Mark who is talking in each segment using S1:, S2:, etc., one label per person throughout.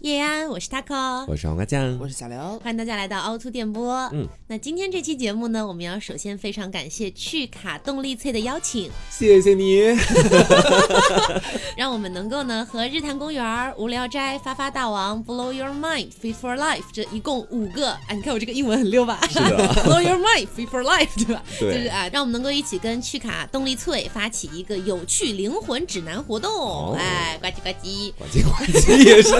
S1: 叶安，我是 Taco，
S2: 我是黄瓜酱，
S3: 我是小刘。
S1: 欢迎大家来到凹凸电波。
S2: 嗯，
S1: 那今天这期节目呢，我们要首先非常感谢趣卡动力翠的邀请，
S2: 谢谢你。
S1: 让我们能够呢和日坛公园、无聊斋、发发大王、Blow Your Mind、Free for Life 这一共五个，哎，你看我这个英文很溜吧 ？Blow Your Mind、Free for Life 对吧？
S2: 对
S1: 就是啊，让我们能够一起跟趣卡动力翠发起一个有趣灵魂指南活动。
S2: 哦
S1: 哎，呱唧呱唧，
S2: 我今天也是，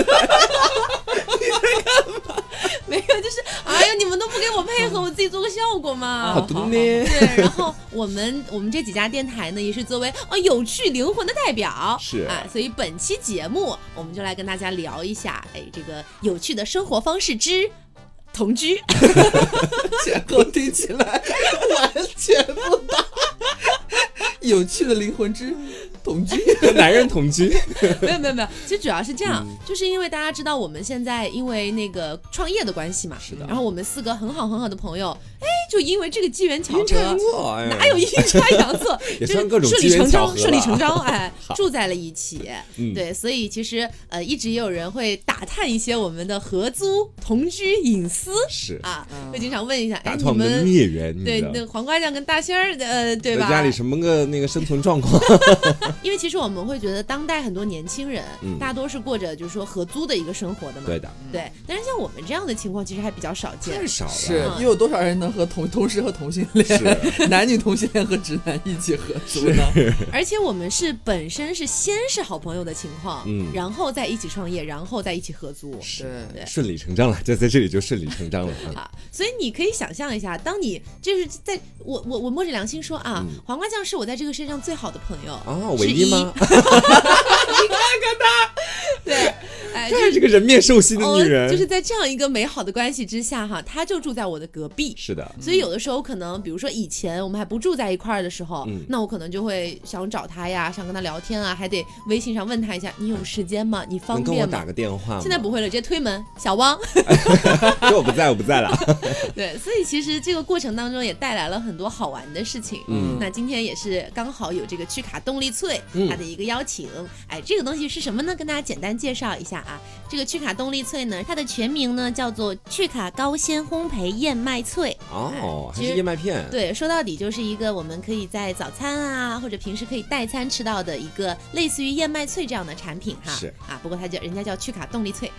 S1: 没有，就是哎呀，你们都不给我配合，我自己做个效果嘛。
S2: 好的 呢。
S1: 对，然后我们我们这几家电台呢，也是作为啊有趣灵魂的代表，
S2: 是
S1: 啊，所以本期节目我们就来跟大家聊一下，哎，这个有趣的生活方式之同居。
S3: 结构听起来完全不搭。有趣的灵魂之同居，
S2: 和男人同居，
S1: 没有没有没有，其实主要是这
S2: 嗯
S1: 样，就是因为大家知道我们现在因为那个创业的关系嘛，
S2: 是的
S1: 然后我们四个很好很好的朋友，哎，就因为这个机缘巧
S2: 阴差
S1: 合。
S2: 阳错，哎呀
S1: 哪有阴差阳错？
S2: 也
S1: 就
S2: 算
S1: 是
S2: 各种
S1: 顺
S2: 机
S1: 理
S2: 缘
S1: 成
S2: 巧合吧
S1: 章，顺理成章，哎
S2: 好，
S1: 住在了一起。
S2: 嗯
S1: 对，所以其实呃，一直也有人会打探一些我们的合租、同居隐私
S2: 是
S1: 啊，
S3: 嗯
S1: 会经常问一下，
S2: 打
S1: 哎，
S2: 断
S1: 你
S2: 我们的
S1: 们
S2: 孽缘，你
S1: 对
S2: 知道
S1: 那个黄瓜酱跟大仙儿，呃，对
S2: 在
S1: 吧？
S2: 家里什么个那个生存 状况？
S1: 因为其实我们会觉得当代很多年轻人
S2: 嗯
S1: 大多是过着就是说合租的一个生活的嘛，
S2: 对的，
S1: 对。但是像我们这样的情况其实还比较少见
S2: 太，少了。啊
S3: 是
S1: 嗯
S3: 又有多少人能和同 同时和同性恋、 男女同性恋和直男一起合租呢？
S1: 而且我们是本身是先是好朋友的情况，
S2: 嗯
S1: 然后再一起创业，然后再一起合租。
S3: 是
S1: 对
S2: 顺理成章了，就在这里就顺理成章了。啊
S1: 啊，所以你可以想象一下，当你就是在我我我摸着良心说啊，黄瓜酱是我在这个世界上最好的朋友
S2: 嗯啊，
S1: 之
S2: 唯一吗？
S1: 对，哎，就
S2: 看
S1: 是
S2: 这个人面兽心的女人，
S1: 哦就是在这样一个美好的关系之下哈，他就住在我的隔壁，
S2: 是的，
S1: 所以有的时候可能，比如说以前我们还不住在一块儿的时候，
S2: 嗯
S1: 那我可能就会想找他呀，想跟他聊天啊，还得微信上问他一下，你有时间吗？你方
S2: 能跟我
S1: 便
S2: 打
S1: 吗？
S2: 个电话吗？
S1: 现在不会了，直接推门，小汪。
S2: 说我不在，我不 在了。
S1: 对，所以其实这个过程当中也带来了很多好玩的事情。
S2: 嗯
S1: 那今天也是刚好有这个趣卡动力翠
S2: 嗯
S1: 它的一个邀请，哎，这个东西是什么呢？跟大家简单介绍一下啊。这个趣卡动力翠呢，它的全名呢叫做趣卡高纤烘焙燕麦脆。
S2: 哦，还
S1: 其实
S2: 是燕麦片，
S1: 对，说到底就是一个我们可以在早餐啊，或者平时可以代餐吃到的一个类似于燕麦脆这样的产品哈。
S2: 是
S1: 啊，不过它叫人家叫趣卡动力 脆。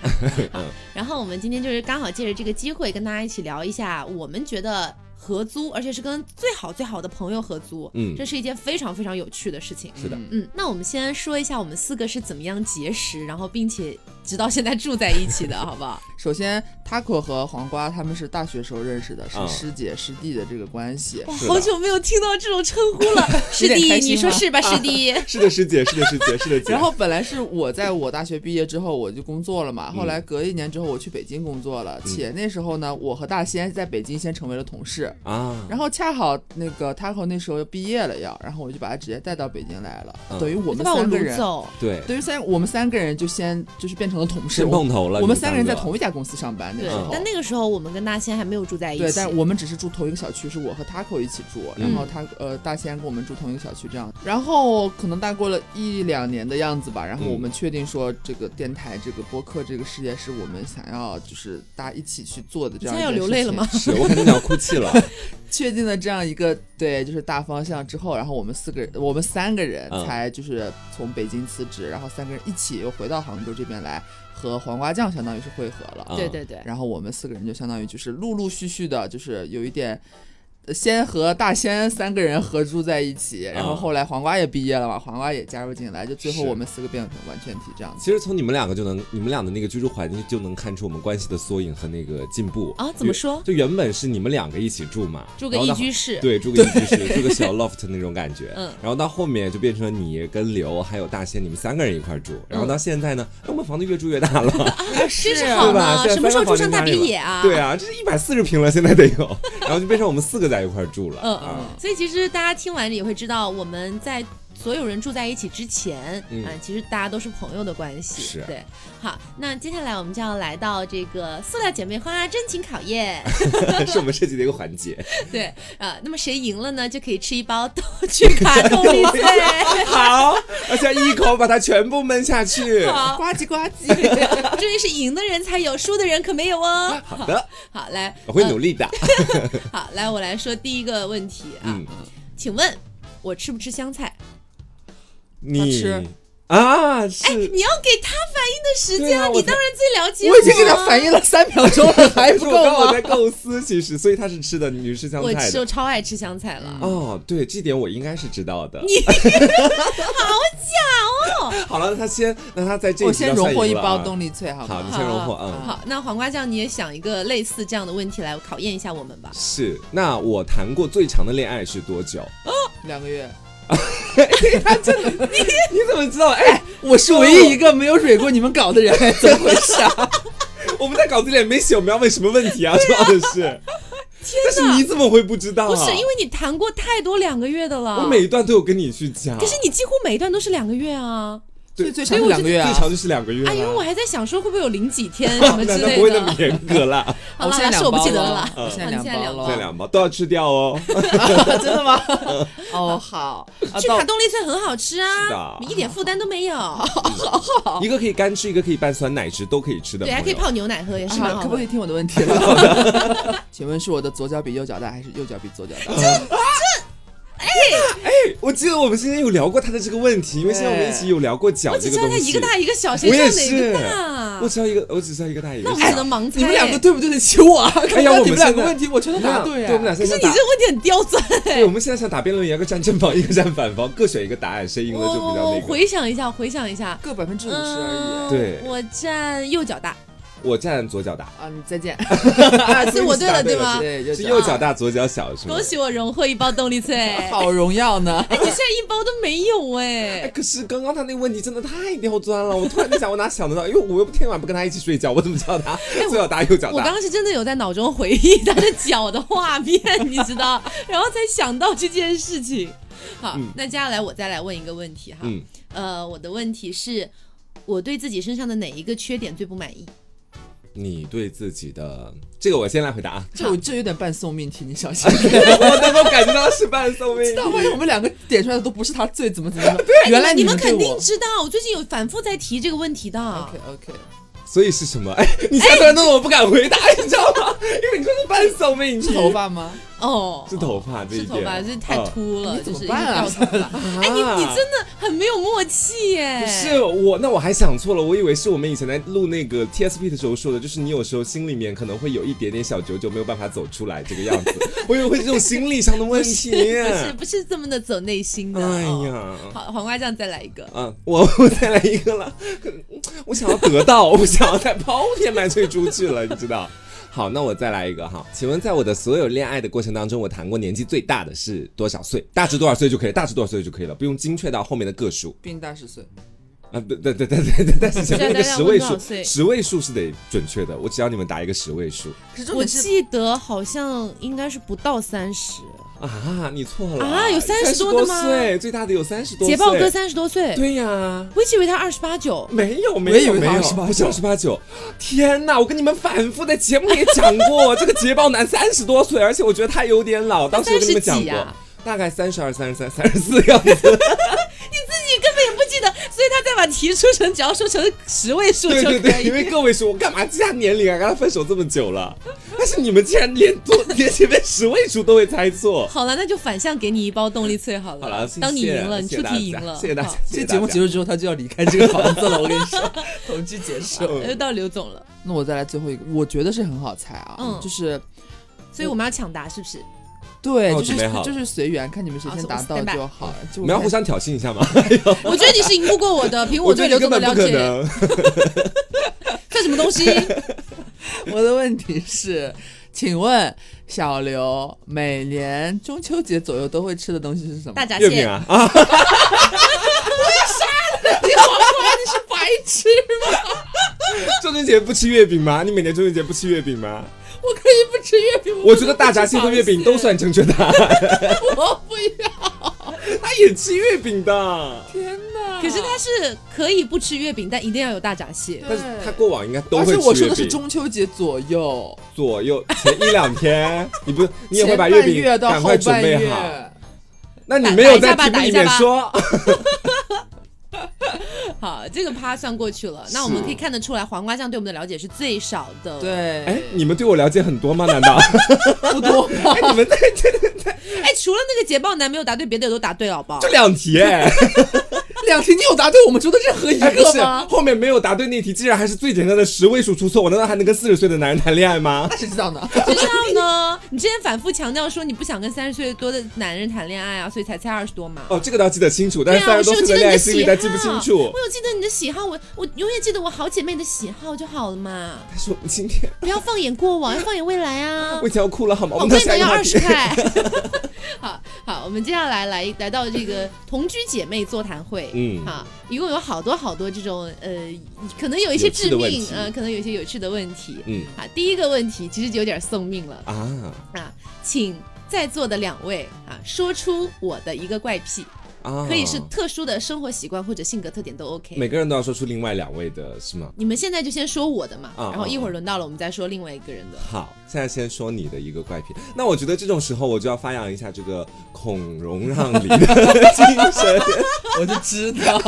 S1: 好，然后我们今天就是刚好借着这个机会跟大家一起聊一下，我们觉得。合租，而且是跟最好最好的朋友合租，
S2: 嗯
S1: 这是一件非常非常有趣的事情。
S2: 是的，
S1: 嗯，那我们先说一下我们四个是怎么样结识，然后并且直到现在住在一起的，好不好？
S3: 首先，Taco 和黄瓜他们是大学时候认识的，是
S2: 嗯
S3: 师姐师弟的这个关系。
S1: 哇，
S2: 是的
S1: 好久没有听到这种称呼 了，师
S3: 有点
S1: 弟，
S3: 开心
S1: 你说
S3: 了
S1: 是吧，师弟？
S2: 是的，师姐，是的，师姐，是的，姐
S3: 然后本来是我在我大学毕业之后我就工作了嘛，后来隔一年之后我去北京工作了，且那时候呢，我和大仙在北京先成为了同事，
S2: 啊，
S3: 然后恰好那个 Taco 那时候毕业了要，然后我就把他直接带到北京来了，
S2: 嗯
S3: 等于我
S1: 他
S3: 们
S1: 把我
S3: 三个
S1: 掳
S3: 人，
S1: 走。
S2: 对，
S3: 等于三我们三个人就先就是变成了同事，
S2: 真
S3: 我
S2: 碰头了。
S3: 我们
S2: 你
S3: 三个人在
S2: 个
S3: 同一家公司上班那
S1: 对
S3: 时
S2: 嗯
S3: 候，，
S1: 但那个时候我们跟大仙还没有住在一起。嗯
S3: 对，但我们只是住同一个小区，是我和 Taco 一起住，然后他呃大仙跟我们住同一个小区这样。然后可能大概过了一两年的样子吧，然后
S2: 嗯
S3: 我们确定说这个电台、这个播客、这个事业是我们想要就是大家一起去做的这
S1: 你现
S3: 样一
S1: 在要流
S3: 件事情。
S1: 泪了吗？？
S2: 是我肯定要哭 泣了。
S3: 确定了这样一个对，就是大方向之后，然后我们四个人，我们三个人
S2: 嗯
S3: 才就是从北京辞职，然后三个人一起又回到杭州这边来，和黄瓜酱相当于是汇合了。
S2: 啊
S1: 对对对，
S3: 然后我们四个人就相当于就是陆陆续续的，就是有一点。呃先和大仙三个人合住在一起，然后后来黄瓜也毕业了嘛，黄瓜也加入进来，就最
S2: 嗯
S3: 后
S2: 是
S3: 我们四个变成完全体这样子。
S2: 其实从你们两个就能，你们俩的那个居住环境就能看出我们关系的缩影和那个进步
S1: 啊怎么说
S2: 就原本是你们两个一起住嘛，
S1: 住个
S2: 然后
S1: 一
S2: 到
S1: 居室。
S2: 对，住个一居室，住个小 loft 那种感觉。
S1: 嗯
S2: 然后到后面就变成了你跟刘还有大仙，你们三个人一块儿住。然后到现在呢，哎我们房子越住越大了，
S1: 嗯啊 真是
S2: 对
S1: 好
S2: 吧？
S1: 呢，
S2: 现在
S1: 什么时候
S2: 三个
S1: 住
S2: 房间
S1: 上大
S2: 哪里
S1: 别
S2: 了
S1: 野啊？
S2: 对。啊，这是一百四十平了，现在得有。 然后就变成我们四个在一块儿住了。
S1: 嗯
S2: 啊，
S1: 所以其实大家听完也会知道，我们在所有人住在一起之前，
S2: 嗯
S1: 啊，其实大家都是朋友的关系。
S2: 是
S1: 对。好，那接下来我们就要来到这个塑料姐妹花真情考验。
S2: 是我们设计的一个环节。
S1: 对啊，那么谁赢了呢，就可以吃一包豆具 卡冻梨碎。
S2: 好， 而且一口把它全部闷下去。
S1: 好，
S3: 呱唧呱唧，
S1: 这里是赢的人才有，输的人可没有哦。
S2: 好的，
S1: 好，来，
S2: 我会努力的。
S1: 呃好，来，我来说第一个问题啊，
S2: 嗯，
S1: 请问我吃不吃香菜？
S2: 你
S3: 吃
S2: 啊
S1: 哎，
S2: 是。
S1: 你要给他反应的时
S2: 对
S1: 间，
S2: 啊我
S1: 你当然最了解
S3: 我已经给他
S1: 啊
S3: 反应了三秒钟了，还
S2: 可
S3: 哎不
S2: 哎 是我
S3: 够
S2: 刚好
S3: 吗
S2: 在？构思，其实，所以他是吃的，你是香
S1: 我
S2: 菜
S1: 就
S2: 的。
S1: 超爱吃香菜了。
S2: 哦，对，这点我应该是知道的。
S1: 好假哦！
S2: 好了，那他先，那他在这
S3: 我
S2: 集
S3: 先
S2: 要
S3: 荣
S2: 算
S3: 获
S2: 赢
S3: 一
S2: 了
S3: 包
S2: 啊
S3: 冻力脆，好
S2: 好，你
S3: 吗？
S2: 先荣获，
S3: 好
S2: 嗯，
S1: 好，那黄瓜酱你也想一个类似这样的问题来考验一下我们吧。
S2: 是。那我谈过最长的恋爱是多久？
S3: 两个月，
S2: 你怎么知道？哎，
S3: 我是 唯一一个没有蕊过你们稿的人， 怎么回事啊？
S2: 我们在稿子里也没写我们要问什么问题啊，主要的 是。
S1: 天
S2: 但是
S1: 哪
S2: 你怎么会不知道啊？
S1: 不是因为你谈过太多两个月的了，
S2: 我每一段都有跟你去讲。
S1: 可是你几乎每一段都是两个月啊。
S2: 对
S3: 最最
S1: 所
S3: 长
S1: 以
S3: 是
S1: 我
S3: 两个月啊
S2: 最！长就是两个月
S1: 啊，因为我
S2: 了。
S1: 还在想说会不会有零几 天什么之
S2: 难道
S1: 类
S2: 不会那么
S1: 的。
S2: 严格啦？
S1: 好了，
S3: 现在
S1: 是
S3: 两
S1: 我不
S3: 包
S1: 记得
S3: 了
S1: 了。
S3: 我现在
S1: 啊
S3: 两
S1: 你现在两
S3: 包
S1: 包
S3: 了，
S2: 这两包都要吃掉哦。
S3: 真的吗？ 哦， 好，啊
S1: 巨
S3: 到
S1: 卡动力脆很好吃
S2: 是
S1: 啊，你
S2: 的
S1: 一点负担都没有。
S2: 一个可以干吃，一个可以拌酸奶汁，都可以吃
S1: 哦
S2: 的。
S1: 对，还可以泡牛奶喝，也是蛮
S3: 啊
S1: 好
S3: 可不可
S1: 的。
S3: 以听我的问题了？ 请问是我的左脚比右脚大，还是右脚比左脚大？
S2: 哎我记得我们之前有聊过他的这个问题，因为现在我们一起有聊过脚
S1: 我
S2: 这
S1: 只
S2: 个
S1: 知道
S2: 东
S1: 它一
S2: 西
S1: 个。大一个小，谁
S2: 我
S1: 知道
S2: 也
S1: 哪
S2: 是
S1: 个大
S2: 我？只要一个，我只知道一个大一哎个
S1: 那我
S2: 小。
S1: 只能盲猜。
S3: 你们两个对不对得起哎我 啊？
S2: 哎呀，我
S3: 你
S2: 们
S3: 们两
S2: 现
S3: 个
S2: 在
S3: 问题我全都答
S2: 对
S3: 对
S2: 啊，我们俩
S3: 啊！
S2: 现
S1: 可是
S2: 在
S1: 你这
S2: 打
S1: 个。问题很刁钻。
S2: 对，我们现在想打辩论一样，一个站正方，一个站反方，各选一个答案，谁赢了就比较
S1: 我
S2: 那
S1: 哦
S2: 个。
S1: 回想一下，回想一下，
S3: 各百分之五十
S1: 嗯
S3: 而
S2: 对
S1: 我站右脚大，
S2: 我站左脚打，
S3: 已啊！你再见，
S1: 啊是我对了对啊吗？
S3: 对，右
S2: 是
S3: 脚
S2: 右脚大，左脚小，是吗
S1: 恭？喜我荣获一包 动力脆。哎，
S3: 好荣耀呢！
S1: 你现在一包都没有
S2: 哎，
S1: 哎。
S2: 可是刚刚他那个问题真的太刁钻了，我突然就想，我哪想得到？因为我又不天晚不跟他一起睡觉，我怎么知道他左脚大右脚
S1: 哎我刚
S2: 大？
S1: 刚是真的有在脑中回忆他的脚的画面，你知道，然后才想到这件事情。好，
S2: 嗯
S1: 那接下来我再来问一个问题哈，
S2: 嗯，
S1: 呃，我的问题是，我对自己身上的哪一个缺点最不满意？
S2: 你对自己的这个，我先来回答 啊。
S3: 这 我这有点半送命题，你小 心。
S2: 我能够感觉到是伴奏味。
S3: 但万一我们两个点出来的都不是他最怎么怎么的，原来
S1: 哎你
S3: 们对
S1: 肯定
S3: 我。
S1: 知道，我最近有反复在提这个问题的。
S3: OK OK，
S2: 所以是什么？哎，你现在突然弄得我不敢回答，你知道吗？因为你说是伴奏味，
S3: 是头发吗？
S1: 哦，
S2: 是头发这一
S1: 是
S2: 点，
S1: 头发，就是太
S2: 嗯。
S1: 秃了，
S3: 你怎
S1: 就是
S3: 么
S1: 一
S3: 办啊
S1: 掉头 发。哎，你你真的很没有默契耶。
S2: 不是我，那我还想错了，我以为是我们以前在录那个 TSP 的时候说的，就是你有时候心里面可能会有一点点小九九，没有办法走出来这个样子，我以为会是这种心理上的问题。
S1: 不是不是这么的走内心的。
S2: 哎
S1: 哦，
S2: 呀，
S1: 好，黄瓜酱再来一个。
S2: 啊，我我再来一个了，我想要得到，我想要再抛天买翠珠去了，你知道？好，那我再来一个哈。请问，在我的所有恋爱的过程当中，我谈过年纪最大的是多少岁？大致多少岁就可以，大致多少岁就可以了，不用精确到后面的个数
S3: 比你大十岁，
S2: 啊。对对对对对对，但是前面那
S1: 对啊
S2: 个
S1: 对啊
S2: 十位
S1: 问多少
S2: 数
S1: 岁，
S2: 十位数是得准确的。我只要你们答一个十位数
S3: 可是重
S1: 我
S3: 点是
S1: 记得好像应该是不到三十，
S2: 啊，你错了
S1: 啊有
S2: 三
S1: 30
S2: 多
S1: 多的吗
S2: 岁，最大的有三十多
S1: 捷
S2: 岁。
S1: 豹哥三十多岁，
S2: 对嗯呀、
S1: 我一直以为他二十八九。
S2: 没有，
S3: 我
S2: 没
S3: 也以
S2: 有，
S3: 为
S2: 没
S3: 他
S2: 有，
S3: 28
S2: 不是二十八九。天哪，我跟你们反复在节目里讲过，这个捷豹男三十多岁，而且我觉得他有点老，当时我跟你们讲
S1: 30几
S2: 过，
S1: 啊
S2: 大概三十二、三十三、三十四 样子。
S1: 你根本也不记得，所以他再把题出成，只要说成十位数
S2: 对
S1: 就可以。
S2: 对对，因为个位数，我干嘛记他年龄啊？跟他分手这么久 了，但是你们竟然连多 连前面十位数都会猜错。
S1: 好了，那就反向给你一包动力脆好了。
S2: 好了，谢谢
S1: 当你赢了，你
S2: 谢
S1: 出
S2: 谢
S1: 题赢
S2: 大家
S1: 了，
S2: 谢谢大家
S1: 好。
S2: 谢
S3: 这
S2: 谢
S3: 节目
S2: 大
S3: 结
S2: 家
S3: 束之后，他就要离开这个房子了。我跟你 说，同居结束。
S2: 嗯
S1: 呃到刘总了，
S3: 那我再来最后一个，我觉得是很好猜啊，
S1: 嗯
S3: 就是
S1: 所以我们要抢答是 不是？
S3: 对，
S2: 哦
S3: 就
S2: 准备
S3: 是
S2: 好了
S3: 就是随缘，看你们谁先答到就好。
S2: 你
S3: 就我
S2: 们要互
S3: 看
S2: 相挑衅一下吗？
S1: 我觉得你是赢不过我的，凭我
S2: 觉
S1: 对
S2: 得你
S1: 刘
S2: 根
S1: 总的
S2: 本
S1: 了
S2: 不可
S1: 解，
S2: 能。
S1: 算什么东西？
S3: 我的问题是，请问小刘每年中秋节左右都会吃的东西是什么？
S1: 大闸
S2: 月饼
S1: 蟹。
S2: 啊啊！
S3: 你是白痴，
S2: 中秋节不吃月饼吗？你每年中秋节不吃月饼吗？
S3: 我可以不吃月饼。
S2: 我觉得大闸蟹和月饼都算正确答案。
S3: 我不要。
S2: 啊他也吃月饼的，
S3: 天哪！
S1: 可是他是可以不吃月饼，但一定要有大闸蟹。
S2: 但是他过往应该都
S3: 而
S2: 会吃月
S3: 且
S2: 饼。
S3: 我说的是中秋节左右，
S2: 左右前一两天，你不 你也会
S3: 前
S2: 把
S3: 半
S2: 月饼
S3: 月到
S2: 赶
S3: 后
S2: 快准
S3: 半
S2: 备好。
S3: 月。
S2: 那你
S1: 打
S2: 没有在
S1: 打一下吧
S2: 题目里
S1: 打一
S2: 面
S1: 下吧
S2: 说，
S1: 好，这个趴算过去了。那我们可以看得出来，黄瓜酱对我们的了解是最少的。，
S3: 对，
S2: 哎，你们对我了解很多吗？难道？
S3: 不多吧？
S2: 哎，你们在这
S1: 哎，除了那个捷豹男没有答对，别的也都答对了，好不好
S2: 就？两题哎，
S3: 两题你有答对我们中的任何一
S2: 哎不
S3: 个
S2: 是
S3: 吗？
S2: 后面没有答对那题，竟然还是最简单的十位数出错，我难道还能跟四十岁的男人谈恋爱吗？
S3: 那谁知道呢？
S1: 谁知道呢？你之前反复强调说你不想跟三十岁多的男人谈恋爱啊，所以才猜二十多嘛。
S2: 哦，这个倒记得清楚，但
S1: 对
S2: 是
S1: 啊，
S2: 三
S1: 我
S2: 十
S1: 是
S2: 多
S1: 有
S2: 岁
S1: 记得你
S2: 的恋爱
S1: 的
S2: 记不
S1: 喜好，
S2: 记得记不清楚
S1: 我。有记得你的喜好，我我永远记得我好姐妹的喜好就好了嘛。
S2: 但是我们今天
S1: 不要放眼过往，要放眼未来啊
S2: 我。已经要哭了，好吗？我
S1: 好
S2: 们
S1: 贵
S2: 到下
S1: 呢，
S2: 一个
S1: 要
S2: 话
S1: 二
S2: 题
S1: 十。块。 好好，我们接下来来来到这个同居姐妹座谈会，
S2: 嗯
S1: 好，一共有好多好多这种呃，可能有一些致
S2: 有趣
S1: 命
S2: 的问，题
S1: 呃，可能有一些有趣的问题。
S2: 嗯
S1: 啊，第一个问题其实就有点送命了
S2: 啊
S1: 啊，请在座的两位啊，说出我的一个怪癖，
S2: 啊，
S1: 可以是特殊的生活习惯或者性格特点都 OK。
S2: 每个人都要说出另外两位的是吗？
S1: 你们现在就先说我的嘛，
S2: 啊
S1: 然后一会儿轮到了我们再说另外一个人的。
S2: 好，现在先说你的一个怪癖。那我觉得这种时候我就要发扬一下这个孔融让梨的 精神。
S3: 我就知道。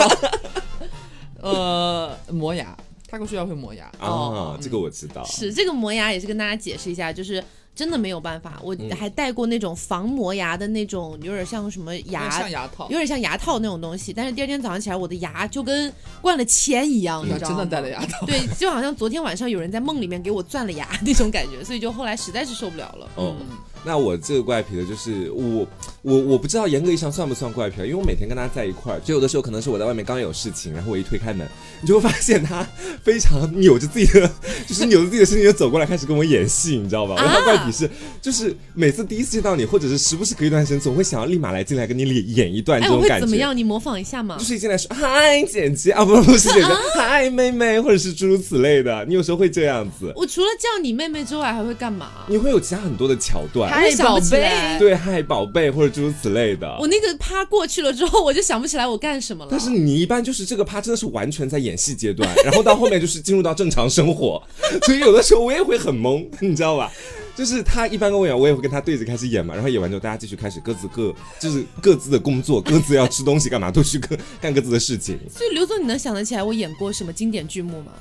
S3: 呃，磨牙，他跟我说要会磨牙。
S1: 哦
S2: 啊，这个我知道。
S1: 是这个磨牙也是跟大家解释一下，就是真的没有办法，我
S2: 嗯
S1: 还戴过那种防磨牙的那种，有点像什么
S3: 有点
S1: 牙
S3: 像，牙套
S1: 有，点像牙套那种东西，但是第二天早上起来，我的牙就跟灌了铅一样，你
S2: 啊
S3: 他
S1: 知道
S3: 真
S1: 吗？
S3: 的戴了牙 套。
S1: 对，就好像昨天晚上有人在梦里面给我钻了牙那种感觉，所以就后来实在是受不了了。
S2: 哦，那我这个怪癖的就是我，我我不知道严格意义上算不算怪癖，啊，因为我每天跟他在一块儿，就有的时候可能是我在外面刚有事情，然后我一推开门，你就会发现他非常 扭着自己的，就是扭着自己的身体就走过来开始跟我演戏，你知 道吧？
S1: 啊
S2: 我他怪癖是，就是每次第一次见到你，或者是时不时隔一段时间，总会想要立马来进来跟你演演一段这
S1: 哎，我
S2: 种
S1: 会
S2: 感
S1: 怎么
S2: 觉。
S1: 样？你模仿一下嘛
S2: 就。是一进来说嗨姐姐啊，不不是姐姐，嗨妹妹，或者是诸如此类的，你有时候会这样子，
S1: 我除了叫你妹妹之外，还会干嘛？
S2: 你会有其他很多的桥段，
S1: 嗨
S3: 嗨，宝
S1: 我想不起
S3: 贝
S1: 来，
S2: 对嗨宝贝或者诸如此类的。
S1: 我那个趴过去了之后，我就想不起来我干什么了。
S2: 但是你一般就是这个趴真的是完全在演戏阶段，然后到后面就是进入到正常生活，所以有的时候我也会很懵，你知道吧？就是他一般跟我演，我也会跟他对着开始演嘛，然后演完之后大家继续开始各自各就是各自的工作，各自要吃东西干嘛，都去各干各自的事情。
S1: 所以刘总，你能想得起来我演过什么经典剧目吗？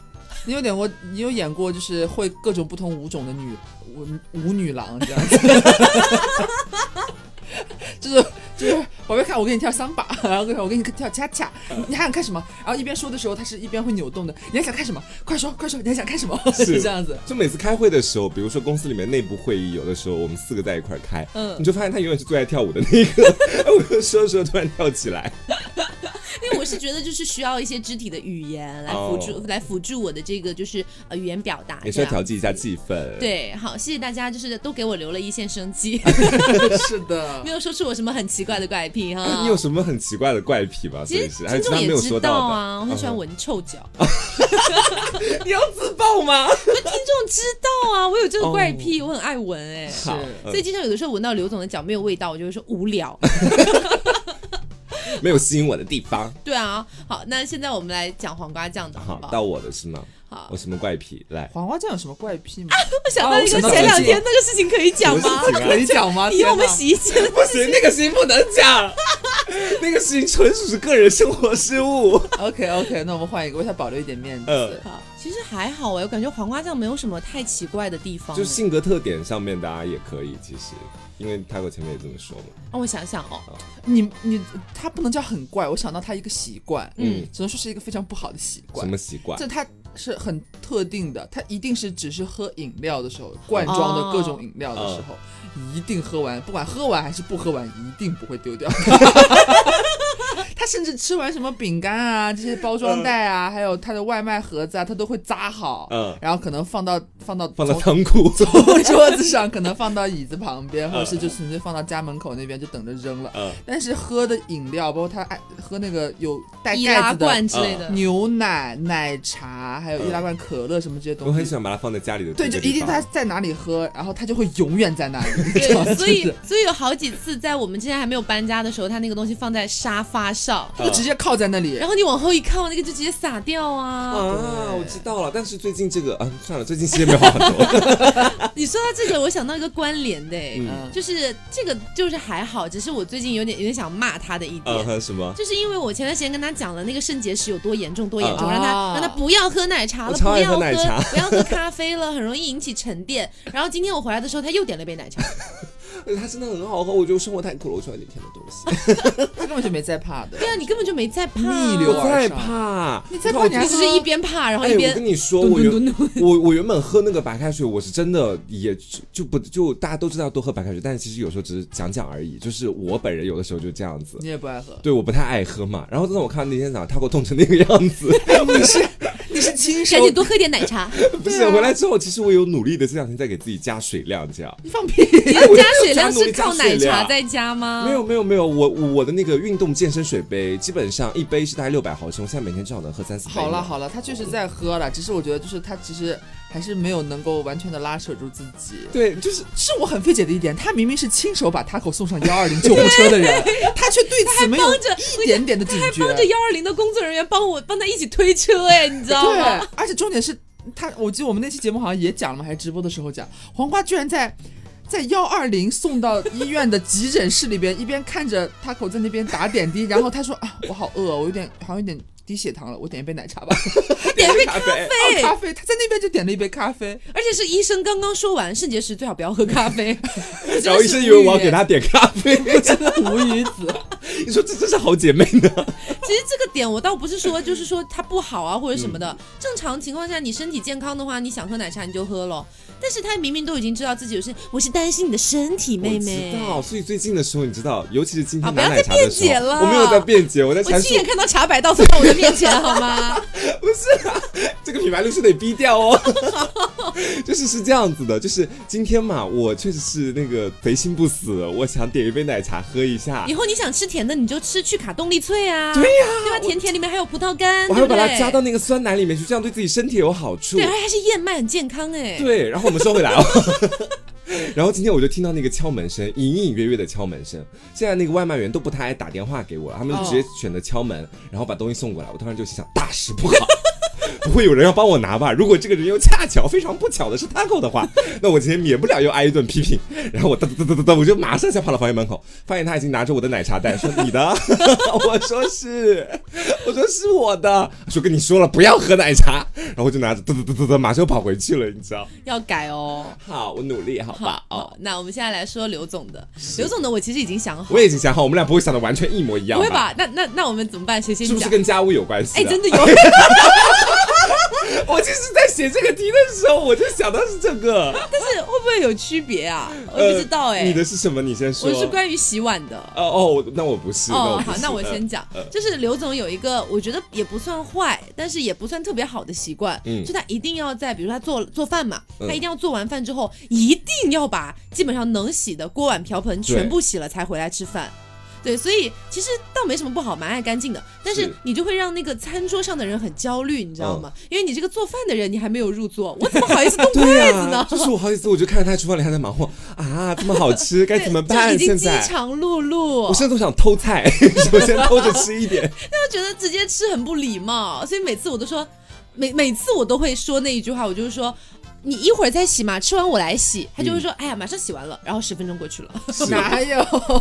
S3: 你有点过，你有演过就是会各种不同舞种的女舞舞女郎这样子， 就是就是宝贝看我给你跳桑巴，然后跟你说我给你跳恰恰，
S2: 嗯
S3: 你还想看什么？然后一边说的时候，他是一边会扭动的，你还想看什么？快说快说，你还想看什么？ 是这样 子。
S2: 就每次开会的时候，比如说公司里面内部会议，有的时候我们四个在一块儿开，
S1: 嗯
S2: 你就发现他永远是最爱跳舞的那个， 哎我就说着说着突然跳起来，
S1: 因为我是觉得就是需要一些肢体的语言来辅助，
S2: 哦
S1: 来辅助我的这个就是呃语言表达。
S2: 也是要
S1: 这样
S2: 调剂一下气氛。，
S1: 对，好，谢谢大家，就是都给我留了一线生 机，
S3: 是的
S1: 没，有说出我什么很奇怪的怪癖哈。
S2: 你有什么很奇怪的怪癖吗？
S1: 其
S2: 所以
S1: 实
S2: 是
S1: 听
S2: 还是其
S1: 众
S2: 他没
S1: 也
S2: 有
S1: 知
S2: 说
S1: 道
S2: 到的
S1: 啊，我很喜欢
S2: 嗯
S1: 闻臭脚，
S2: 你要自爆吗？
S1: 听众知道啊，我有这个怪癖，
S2: 哦
S1: 我很爱闻 哎、
S3: 是
S2: 好，
S1: 所以经常有的时候闻到刘总的脚没有味道，我就会说无聊。
S2: 嗯没有吸引我的地方。
S1: 对啊，好，那现在我们来讲黄瓜酱的好
S2: 好
S1: 不，好？
S2: 到我的是吗？
S1: 好
S2: 我，什么怪癖？来，
S3: 黄瓜酱有什么怪癖吗？
S1: 我想
S2: 哦
S1: 到
S3: 啊
S1: 一
S3: 我
S1: 个
S3: 想到
S1: 前
S3: 最
S1: 两
S3: 近
S1: 天那个事情可以讲吗
S2: 什？么事情啊
S3: 可以讲吗？
S1: 以后我们
S3: 天哪
S1: 洗衣机的
S2: 不行，那个事情不能讲，那个事情纯属是个人生活失误。
S3: OK OK，那我们换一个，为他保留一点面
S2: 嗯
S3: 子。
S1: 好，其实还好哎，我感觉黄瓜酱没有什么太奇怪的地方哎。
S2: 就性格特点上面，大家也可以，其实，因为泰国前面也这么说嘛。
S1: 让我想想哦，
S3: 你你他不能叫很怪，我想到他一个习惯，
S1: 嗯
S2: 嗯，
S3: 只能说是一个非常不好的习惯
S2: 什。么习惯？
S3: 这它是很特定的，它一定是只是喝饮料的时候，罐装的各种饮料的时候，
S2: 哦
S3: 一定喝完，不管喝完还是不喝完，一定不会丢掉。他甚至吃完什么饼干啊，这些包装袋啊，还有他的外卖盒子啊，他都会扎好，
S2: 嗯，
S3: 然后可能放到放到
S2: 放到仓
S3: 从
S2: 库，
S3: 从 桌子上，可能放到椅子旁边，或者是就纯粹放到家门口那边，就等着扔了。
S2: 嗯，
S3: 但是喝的饮料，包括他爱喝那个有带
S1: 易拉
S3: 盖子的嗯
S1: 罐之类的，
S3: 牛奶、奶茶，还有易拉罐可乐什么这些
S2: 我
S3: 东
S2: 很
S3: 西
S2: 喜，欢把它放在家里的
S3: 对，
S2: 这
S3: 就
S2: 个
S3: 一
S2: 地
S3: 定
S2: 方
S3: 他在哪里喝，然后他就会永远在那里。 你知道吗
S1: 对，所以
S3: 就是
S1: 所以有好几次在我们之前还没有搬家的时候，他那个东西放在沙发上，
S3: 他就直接靠在那里
S1: 然。后你往后一看，我那个就直接洒掉啊！
S2: 啊，我知道了，但是最近这个，啊，算了，最近时间没有好很多，
S1: 你说到这个，我想到一个关联的、哎
S2: 嗯
S1: 就是这个就是还好，只是我最近有点有点想骂他的一点。
S2: 嗯，还有什么？
S1: 就是因为我前段时间跟他讲了那个肾结石有多严重，多严重，
S3: 嗯
S1: 让他
S3: 啊
S1: 让他不要喝奶茶
S2: 我
S1: 了，
S2: 超
S1: 不
S2: 爱
S1: 要
S2: 喝奶茶
S1: 不要喝咖啡了，很容易引起沉淀。然后今天我回来的时候，他又点了一杯奶茶，
S2: 而且它真的很好喝，我觉得生活太苦了，我需要一点甜的东西。
S3: 他根本就没在怕的。
S1: 对啊，你根本就没在怕、
S3: 逆
S1: 啊，
S3: 流
S2: 我
S3: 啊
S2: 在怕，
S3: 你在
S2: 看
S3: 怕
S2: 我
S3: 你
S1: 你
S3: 还
S1: 只是一边怕，然后
S2: 哎，
S1: 一
S2: 我
S1: 边
S2: 跟你说，
S1: 蹲
S2: 我
S1: 蹲
S2: 原
S1: 蹲蹲。
S2: 我我原本喝那个白开水，我是真的也就就不就大家都知道多喝白开水，但是其实有时候只是讲讲而已。就是我本人有的时候就这样子，
S3: 你也不爱喝，
S2: 对，我不太爱喝嘛。然后自从我看到那天早上他给我冻成那个样 子，
S3: 你是你是亲手
S1: 赶紧多喝点奶茶，
S2: 不
S1: 啊
S2: 是回来之后，其实我有努力的这两天在给自己加水量，这样。
S3: 你放屁！
S1: 你
S2: 哎
S1: 的
S2: 我
S1: 加
S2: 就
S1: 水量
S2: 加努力
S1: 是靠
S2: 加水
S1: 奶茶
S2: 量
S1: 在加吗？
S2: 没有没有没有，我我的那个运动健身水杯基本上一杯是大概六百毫升，我现在每天至少能喝三四杯。
S3: 好了，好了，他确实在喝了，只是我觉得就是他其实还是没有能够完全的拉扯住自己。
S2: 对，就是
S3: 是我很费解的一点，他明明是亲手把 Taco 送上幺二零救护车的人，他却对此没有
S1: 帮着
S3: 一点点的警觉。
S1: 帮着幺二零的工作人员帮我帮他一起推车，哎，你知道
S3: 对
S1: 吗？，
S3: 而且重点是他，我记得我们那期节目好像也讲了嘛，还是直播的时候讲，黄瓜居然在。在幺二零送到医院的急诊室里边，一边看着 Taco 在那边打点滴，然后他说啊，我好饿，我有点好像有点低血糖了，我点一杯奶茶吧，
S2: 他点 了咖啡，
S1: 对
S3: 哦咖啡。他在那边就点了一杯咖啡，
S1: 而且是医生刚刚说完，肾结石最好不要喝咖 啡。
S2: 然后医生以为我要给他点咖啡，
S3: 真的无语子。
S2: 你说这真是好姐妹呢。
S1: 其实这个点我倒不是 说，就是说它不好啊或者什么的。
S2: 嗯
S1: 正常情况下，你身体健康的话，你想喝奶茶你就喝咯。但是他明明都已经知道自己有事，我是担心你的身体，妹妹。
S2: 我知道，所以最近的时候，你知道，尤其是今
S1: 啊
S2: 天
S1: 不要
S2: 拿奶
S1: 再
S2: 茶的时候，
S1: 辩解了
S2: 我没有在辩解，我在
S1: 我
S2: 阐述
S1: 亲眼看到茶百道走到我的面前，好吗？
S2: 不是、啊，这个品牌路是得逼掉哦。 就是是这样子的，就是今天嘛，我确实是那个贼心不死，我想点一杯奶茶喝一下
S1: 以，后你想吃甜的，你就吃去卡动力萃啊。
S2: 对呀
S1: 对吧？甜甜里面还有葡萄干，
S2: 我还
S1: 对
S2: 会
S1: 不
S2: 把
S1: 对？
S2: 它加到那个酸奶里面去，这样对自己身体有好处
S1: 对，。而且还是燕麦，很健康哎。
S2: 对，然后我们说回来哦。然后今天我就听到那个敲门声，隐隐约约的敲门声。现在那个外卖员都不太爱打电话给我了，他们就
S3: 哦
S2: 直接选择敲门，然后把东西送过来。我突然就心想，大事不好， 不会有人要帮我拿吧？如果这个人又恰巧非常不巧的是 Taco 的话，那我今天免不了又挨一顿批评。然后我哒哒哒哒哒，我就马上就跑到房间门口，发现他已经拿着我的奶茶袋，说你的， 我说是，我说是我的，说跟你说了不要喝奶茶，然后我就拿着哒哒哒哒哒，马上又跑回去了，你知道。
S1: 要改哦。
S2: 好，我努力，好吧？哦，
S1: 好，那我们现在来说刘总的。刘总的我其实已经想好，
S2: 我也已经想好，我们俩不会想的完全一模一样，
S1: 不会？吧？那那那我们怎么办？谁先
S2: 是不是啊
S1: 讲？
S2: 跟家务有关系？
S1: 哎，真的有。
S2: 的，我就是在写这个题的时候，我就想到是这个。
S1: 但是会不会有区别啊？ 我也不知道哎、
S2: 呃你的是什么？你先说。
S1: 我是关于洗碗的。
S2: 哦哦，那我不是。
S1: 哦，
S2: 我不
S1: 好
S2: 是，呃
S1: 那我先讲，就是刘总有一个我觉得也不算坏，但是也不算特别好的习惯，
S2: 嗯
S1: 就他一定要在，比如他做做饭嘛，
S2: 嗯
S1: 他一定要做完饭之后，一定要把基本上能洗的锅碗瓢盆全部洗了才回来吃饭。对，所以其实倒没什么不好，蛮爱干净的。但是
S2: 是嗯
S1: 你就会让那个餐桌上的人很焦虑，你知道吗？因为你这个做饭的人，你还没有入座，我怎么好意思动
S2: 对
S1: 筷
S2: 呀、
S1: 子呢？
S2: 就是我好几次我就看着他厨房里还在忙活啊，这么好吃，该怎么
S1: 就已
S2: 办？
S1: 经
S2: 现
S1: 饥
S2: 在
S1: 肠辘辘，
S2: 我甚至都想偷菜， 首先偷着吃一 点。
S1: 就觉得直接吃很不礼貌，所以每次我都说，每每次我都会说那一句话，我就是说。你一会儿再洗嘛，吃完我来洗。他就会说：“哎呀，马上洗完了。”然后十分钟过 去了，
S2: 是
S3: 哪有？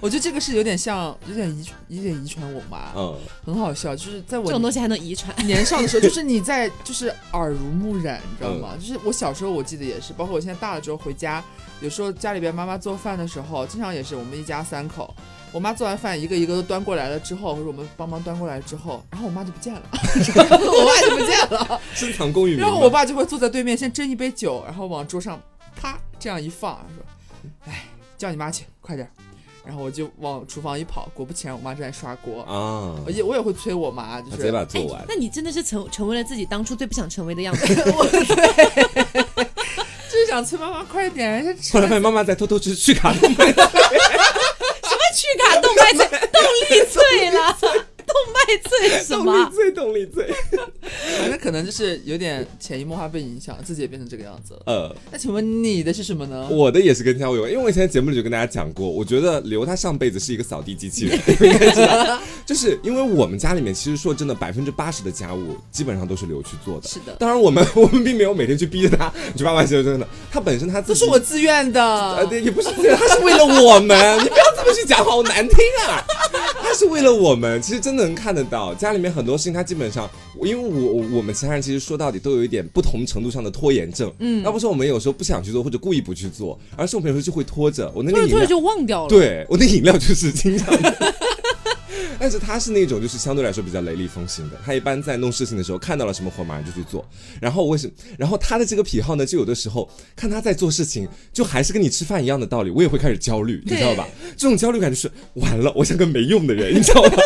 S3: 我觉得这个是有点像，有点遗传，有点遗传我妈，
S2: 嗯，
S3: 很好笑。就是在
S1: 这
S3: 我
S1: 种东西还能遗传？
S3: 年少的时候，就是你在就是耳濡目染，你知
S2: 嗯
S3: 道吗？就是我小时候我记得也是，包括我现在大了之后回家，有时候家里边妈妈做饭的时候，经常也是我们一家三口。我妈做完饭，一个一个都端过来了之后，或者我们帮忙端过来之后，然后我妈就不见了， 我爸就不见了，
S2: 深藏功与名嘛。
S3: 然后我爸就会坐在对面，先斟一杯酒，然后往桌上啪这样一放，说：“哎，叫你妈去，快点儿。”然后我就往厨房一跑，果不其然，我妈正在刷锅。
S2: 啊
S3: 我，也我也会催我妈，就
S2: 他直接
S3: 是
S2: 把它做完。
S1: 哎那你真的是成成为了自己当初最不想成为的样 子。
S3: 就是想催妈妈快点，先
S1: 哎
S3: 吃
S2: 后来发现妈妈在偷偷吃去卡动脉，
S1: 去卡动 脉脆，动力脆啦，动脉脆是 什
S2: 动力
S1: 么？啊
S2: 最动力最。
S3: 反正可能就是有点潜移默化被影响，自己也变成这个样子了。
S2: 呃，
S3: 那请问你的是什么呢？
S2: 我的也是跟家务有关，因为我以前在节目里就跟大家讲过，我觉得刘他上辈子是一个扫地机器人， 你应该知道，就是因为我们家里面其实说真的，百分之八十的家务基本上都是刘去做的。
S3: 是的
S2: 当然我们我们并没有每天去逼着他， 你去爸爸洗手真的，他本身他自
S3: 这
S2: 己
S3: 是我自愿
S2: 呃，
S3: 的。
S2: 对，也不是，他是为了我们，你不要这么去讲，好难听 啊！他是为了我们，其实真的能看得到，家里面很多事情，他基本上，因为我我我们其他人其实说到底都有一点不同程度上的拖延症，嗯，要不是我们有时候不想去做或者故意不去做，而是我们有时候就会拖着，我那
S1: 突
S2: 个
S1: 然
S2: 饮
S1: 突
S2: 料
S1: 然就忘掉了。，
S2: 对我那饮料就是经常。 但是他是那种就是相对来说比较雷厉风行的，他一般在弄事情的时候看到了什么活马上就去做。然后我为什么？然后他的这个癖好呢，就有的时候看他在做事情，就还是跟你吃饭一样的道理，我也会开始焦虑，你知道吧？这种焦虑感就是完了，我像个没用的人，你知道吗？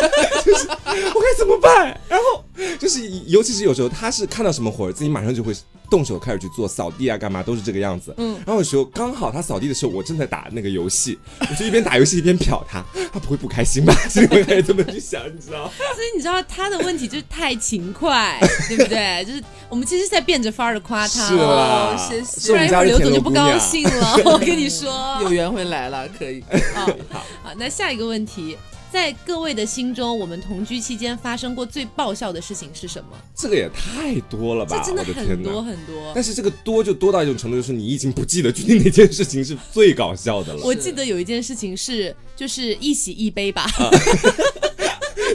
S2: 就是我该怎么办？然后就是尤其是有时候他是看到什么活儿，自己马上就会动手开始去做扫地啊，干嘛都是这个样子。
S1: 嗯
S2: 然后有时候刚好他扫地的时候，我正在打那个游戏，我就一边打游戏一边瞟他，他不会不开心吧？ 所以我开始这么去想，你知道？
S1: 所以你知道他的问题就是太勤快，对不 对？就是我们其实是在变着法儿的夸他，
S2: 是啦，
S3: 哦谢谢
S2: 是
S1: 不
S2: 我
S1: 然
S2: 们
S1: 一会
S2: 家
S1: 儿
S2: 的
S1: 刘
S2: 田
S1: 总
S2: 螺
S1: 就不
S2: 姑娘
S1: 高兴 了。我跟你说，
S3: 有缘回来了，可以。
S1: 啊，好，那下一个问题，在各位的心中，我们同居期间发生过最爆笑的事情是什么？
S2: 这个也太多了
S1: 这
S2: 吧！
S1: 真的
S2: 我的天
S1: 很多
S2: 哪！
S1: 很多。
S2: 但是这个多就多到一种程度，就是你已经不记得具体哪件事情是最搞笑的了。
S1: 我记得有一件事情是，就是一喜一悲吧，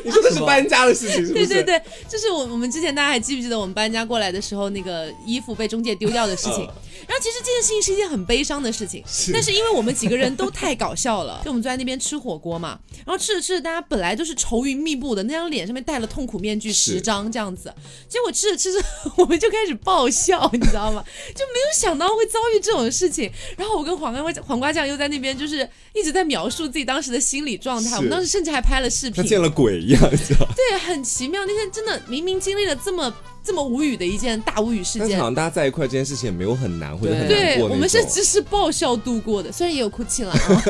S2: 你说的是搬家的事情，是不
S1: 对
S2: 是？
S1: 对对，就是我我们之前大家还记不记得我们搬家过来的时候，那个衣服被中介丢掉的事情
S2: 嗯？
S1: 然后其实这件事情是一件很悲伤的事情，但是因为我们几个人都太搞笑了，就我们坐在那边吃火锅嘛，然后吃着吃着，大家本来就是愁云密布的，那张脸上面戴了痛苦面具
S2: 是
S1: 十张这样子，结果吃着吃着 我们就开始爆笑，你知道吗？就没有想到会遭遇这种事情。然后我跟黄瓜黄瓜酱又在那边就是一直在描述自己当时的心理状态，
S2: 是
S1: 我们当时甚至还拍了视频
S2: 像。见了鬼一样，你知道？
S1: 对，很奇妙。那天真的明明经历了这么这么无语的一件大无语事
S2: 但是
S1: 件
S2: 好，像大家在一块这件事情也没有很难，或者很
S3: 对
S2: 难过那
S1: 对
S2: 种。
S1: 我们是只是爆笑度过的，虽然也有哭泣了 啊，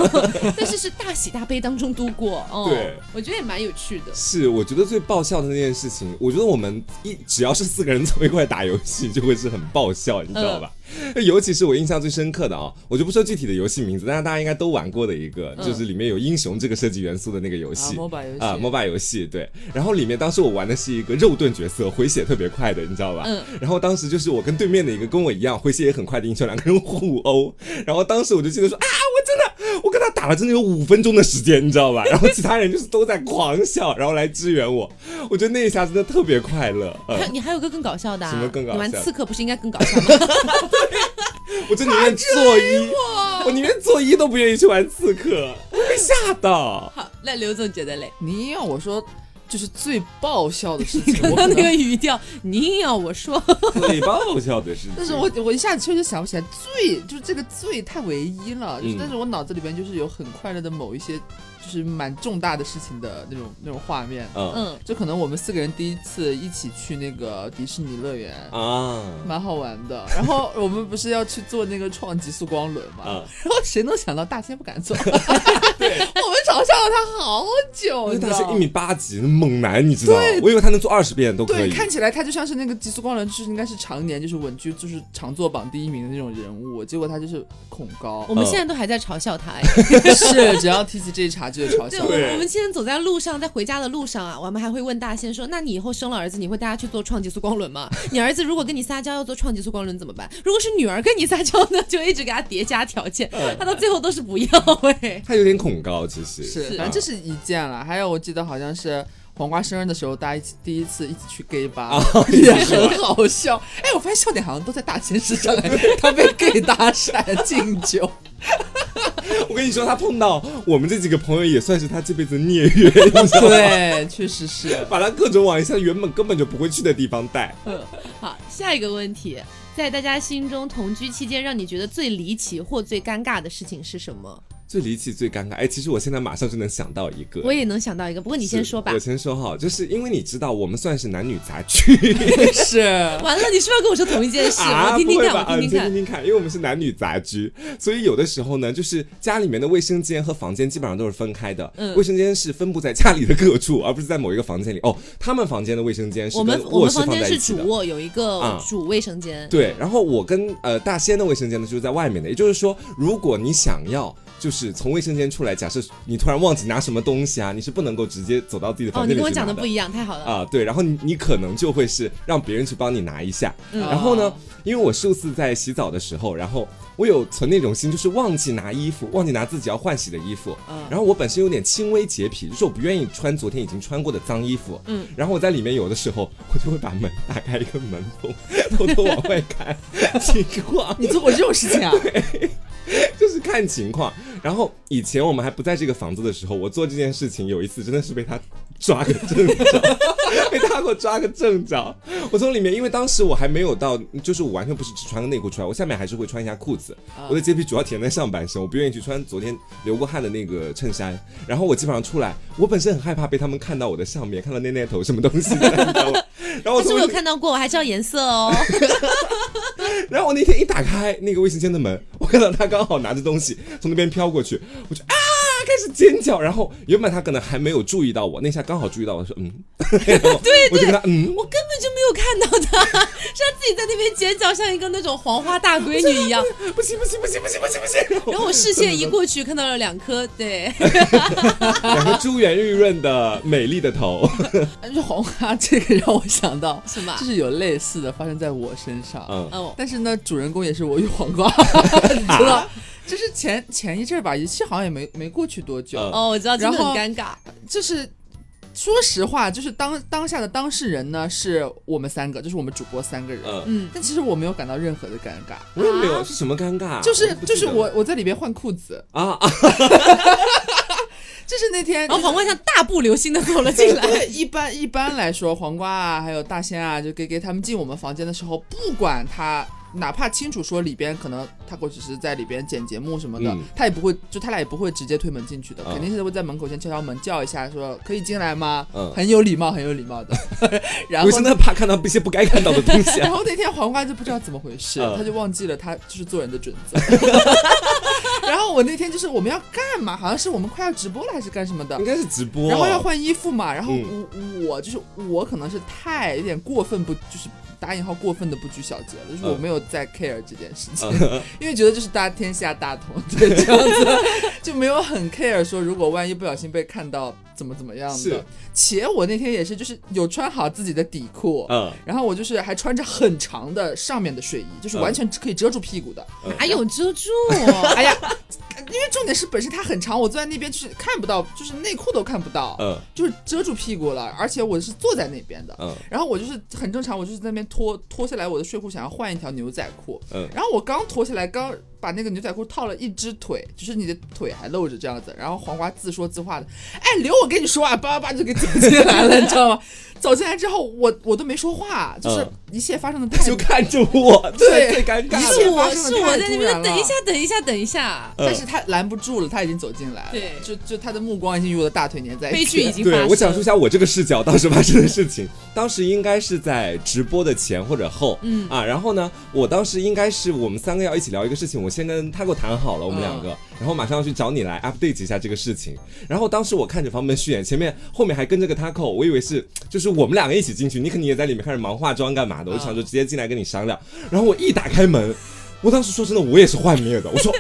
S1: 但是是大喜大悲当中度过。哦、
S2: 对，
S1: 我觉得也蛮有趣的。
S2: 是，我觉得最爆笑的那件事情，我觉得我们一只要是四个人凑一块打游戏，就会是很爆笑，你知道吧？
S3: 嗯
S2: 尤其是我印象最深刻的啊、我就不说具体的游戏名字，但是大家应该都玩过的一个，就是里面有英雄这个设计元素的那个游戏
S3: 嗯啊，MOBA 游戏
S2: 啊，MOBA 游戏对。然后里面当时我玩的是一个肉盾角色，回血特别快的，你知道吧？
S1: 嗯
S2: 然后当时就是我跟对面的一个跟我一样回血也很快的英雄，两个人互殴。然后当时我就记得说啊，我真的我跟他打了真的有五分钟的时间，你知道吧？然后其他人就是都在狂笑，然后来支援我。我觉得那一下真的特别快乐。呃
S1: 还有你还有个更搞笑的、啊，
S2: 什么更搞
S1: 你玩
S2: 笑
S1: 刺客不是应该更搞笑吗？
S2: 我就宁愿做一，我宁愿做一都不愿意去玩刺客，我被吓到。
S1: 好，那刘总觉得嘞，
S3: 你硬要我说，就是最爆笑的事
S1: 你
S3: 情，
S1: 刚
S3: 我
S1: 刚
S3: 可
S1: 那个
S3: 能，
S1: 语调，你硬要我说，
S2: 哦最爆笑的事情
S3: 但是我我一下子确实想不起来最，就是这个最太唯一了。就是
S2: 嗯
S3: 但是我脑子里边就是有很快乐的某一些，就是蛮重大的事情的那种那种画面。
S2: 嗯
S1: 嗯，
S3: 就可能我们四个人第一次一起去那个迪士尼乐园，
S2: 啊
S3: 蛮好玩的。 然后我们不是要去做那个创极速光轮嘛？
S2: 啊，
S3: 然后谁能想到大仙不敢 做？我们嘲笑了他好久，
S2: 那
S3: 你知
S2: 他
S3: 道
S2: 是
S3: 吗
S2: 一米八几的猛男，你知道？我以为他能做二十遍都可
S3: 对，
S2: 以。
S3: 看起来他就像是那个极速光轮，就是应该是常年就是稳居就是常做榜第一名的那种人物，结果他就是恐高
S1: 我，们现在都还在嘲笑他哎。
S3: 是只要提起这一茬就有嘲
S1: 对，
S3: 笑
S1: 我。
S2: 对
S1: 们我们今天走在路上，在回家的路上啊，我们还会问大仙说：“那你以后生了儿子，你会带他去做创极速光轮吗？ 你儿子如果跟你撒娇要做创极速光轮怎么办？如果是女儿跟你撒娇呢，就一直给他叠加条件，
S2: 嗯
S1: 他到最后都是不要哎。
S2: 他有点恐高，其实嗯
S3: 是，
S1: 是
S3: 反正这是一件了。还有我记得好像是黄瓜生日的时候，大家一起第一次一起去 gay 吧，哦 也很好笑。哎，我发现笑点好像都在大仙身上，哎他被 gay 搭 讪敬酒。
S2: 我跟你说，他碰到我们这几个朋友也算是他这辈子孽缘，你知道吗？
S3: 对，确实是。
S2: 把他各种往一些原本根本就不会去的地方带。
S1: 好，下一个问题，在大家心中同居期间，让你觉得最离奇或最尴尬的事情是什么？
S2: 最离奇、最尴尬。哎，其实我现在马上就能想到一个。
S1: 我也能想到一个，不过你先说吧
S2: 我。先说哈，就是因为你知道，我们算是男女杂居
S3: 是
S1: 完了，你 是不是要跟我说同一件事？
S2: 啊，
S1: 我听
S2: 不
S1: 听
S2: 会
S1: 看，
S2: 吧？啊
S1: 我
S2: 你
S1: 听听
S2: 先
S1: 看
S2: 听。听看，因为我们是男女杂居，所以有的时候呢，就是家里面的卫生间和房间基本上都是分开的。
S1: 嗯
S2: 卫生间是分布在家里的各处，而不是在某一个房间里。哦，他们房间的卫生间是
S1: 我们
S2: 跟
S1: 我
S2: 卧
S1: 们
S2: 室
S1: 房
S2: 放
S1: 间
S2: 在一
S1: 是
S2: 起
S1: 主
S2: 的。
S1: 卧，有一个
S2: 啊
S1: 主卫生间。哦
S2: 对，然后我跟呃大仙的卫生间呢就是在外面的，也就是说，如果你想要就是从卫生间出来，假设你突然忘记拿什么东西啊，你是不能够直接走到自己的
S1: 哦，
S2: 房
S1: 你
S2: 间里
S1: 跟我
S2: 去拿
S1: 讲的不一样，太好了。
S2: 啊、对，然后你你可能就会是让别人去帮你拿一下，
S1: 嗯
S2: 然后呢，因为我数次在洗澡的时候，然后我有存那种心，就是忘记拿衣服，忘记拿自己要换洗的衣服，
S3: 嗯
S2: 然后我本身有点轻微洁癖，就是我不愿意穿昨天已经穿过的脏衣服，
S1: 嗯，
S2: 然后我在里面有的时候，我就会把门打开一个门缝，偷偷往外看 情况，
S3: 你做过这种事情 啊？
S2: 就是看情况。然后以前我们还不在这个房子的时候，我做这件事情有一次真的是被他抓个正着， 被他给我抓个正着。我从里面，因为当时我还没有到，就是我完全不是只穿个内裤出来，我下面还是会穿一下裤子。
S1: 啊
S2: 我的洁癖主要体现在上半身，我不愿意去穿昨天流过汗的那个衬衫。然后我基本上出来，我本身很害怕被他们看到我的上面，看到那那头什么东西的。你知道吗
S3: 哦
S2: 然后我
S1: 但是
S2: 从
S1: 我有看到过，我还知道颜色 哦。
S2: 然后我那天一打开那个卫生间的门，我看到他刚好拿着东西从那边飘过去，我就啊开始尖叫。然后原本他可能还没有注意到我，那下刚好注意到我说嗯， 对对，我就跟他嗯，
S1: 我根本就没有看到他，是他自己在那边尖叫，像一个那种黄花大闺女 一样。
S2: 不行不行不行不行不行不行。
S1: 然后我视线一过去，看到了两颗， 对，
S2: 两个珠圆玉润的美丽的头，
S3: 就红哈，哎这个让我想到
S1: 什么
S3: 就是有类似的发生在我身上。
S2: 嗯
S1: 哦，
S3: 但是呢，主人公也是我与 黄瓜，你知道，就是前前一阵儿吧，其实好像也没没过去多久，
S2: 嗯
S1: 哦，我知道，真的很
S3: 然后
S1: 尴尬。
S3: 就是。说实话，就是当当下的当事人呢，是我们三个，就是我们主播三个人。
S2: 嗯，
S1: 嗯，
S3: 但其实我没有感到任何的尴尬，
S2: 我也没有是什么尴尬，啊
S3: 就是
S2: 不记
S3: 就是
S2: 得
S3: 我我在里边换裤子，
S2: 啊啊，
S3: 就是那天
S1: 然后黄瓜像大步流星的走了 进 来。
S3: 对，一般一般来说，黄瓜啊，还有大仙啊，就给给他们进我们房间的时候，不管他。哪怕清楚说里边可能他或只是在里边剪节目什么的，
S2: 嗯
S3: 他也不会，就他俩也不会直接推门进去的，
S2: 嗯
S3: 肯定是会在门口先敲敲门叫一下，说可以进来吗？
S2: 嗯
S3: 很有礼貌，很有礼貌的。 然
S2: 我
S3: 后
S2: 真
S3: 呢，
S2: 的怕看到一些不该看到的东西啊
S3: 然后那天黄瓜就不知道怎么回事，
S2: 嗯
S3: 他就忘记了他就是做人的准 则。然后我那天就是我们要干嘛？好像是我们快要直播了还是干什么 的
S2: 应？该是直播，啊
S3: 然后要换衣服嘛，然后
S2: 嗯
S3: 我、我就是我可能是太有点过分不就是打引号过分的不拘小节了，就是我
S2: 嗯
S3: 没有在 care 这件事情，
S2: 嗯
S3: 因为觉得就是大家天下大同，对这样子就没有很 care 说如果万一不小心被看到怎么怎么样
S2: 是
S3: 的。且我那天也是就是有穿好自己的底裤。
S2: 嗯，
S3: 然后我就是还穿着很长的上面的睡衣，就是
S2: 嗯
S3: 完全可以遮住屁股的。
S1: 哪有遮住？
S3: 哎呀，因为重点是本身它很长，我坐在那边就是看不到，就是内裤都看不到。
S2: 嗯
S3: 就是遮住屁股了，而且我是坐在那边的，
S2: 嗯
S3: 然后我就是很正常，我就是在那边脱脱下来我的睡裤，想要换一条牛仔裤，
S2: 嗯
S3: 然后我刚脱下来，刚把那个牛仔裤套了一只腿，就是你的腿还露着这样子，然后黄瓜自说自话的，哎，刘，我跟你说啊，叭叭叭就给走进来了，你知 道吗？走进来之后，我我都没说话，就是
S2: 嗯
S3: 一切发生的太、
S2: 嗯，就看着我，
S3: 对
S2: 这最尴尬
S3: 一
S2: 了
S3: 切
S1: 是
S3: 发
S1: 我
S3: 生得
S1: 是我在
S3: 太
S1: 那
S3: 突
S1: 边
S3: 然
S1: 等一
S3: 了
S1: 下，等一下，等一下，
S2: 嗯
S3: 但是他拦不住了，他已经走进来了，
S1: 对
S3: 就就他的目光已经与我的大腿粘在
S1: 悲
S3: 一起
S1: 剧已
S3: 了
S1: 经发
S2: 对，
S1: 生。
S2: 我讲述一下我这个视角当时发生的事情。当时应该是在直播的前或者后，嗯啊，然后呢，我当时应该是我们三个要一起聊一个事情，我先跟他给我谈好了，我
S1: 嗯
S2: 们两个，然后马上要去找你来 update 一下这个事情。然后当时我看着房门虚掩，前面后面还跟着个 taco，我以为是就是我们两个一起进去，你肯定也在里面开始忙化妆干嘛的，我就
S1: 嗯
S2: 想说直接进来跟你商量。然后我一打开门，我当时说真的，我也是幻灭的，我说。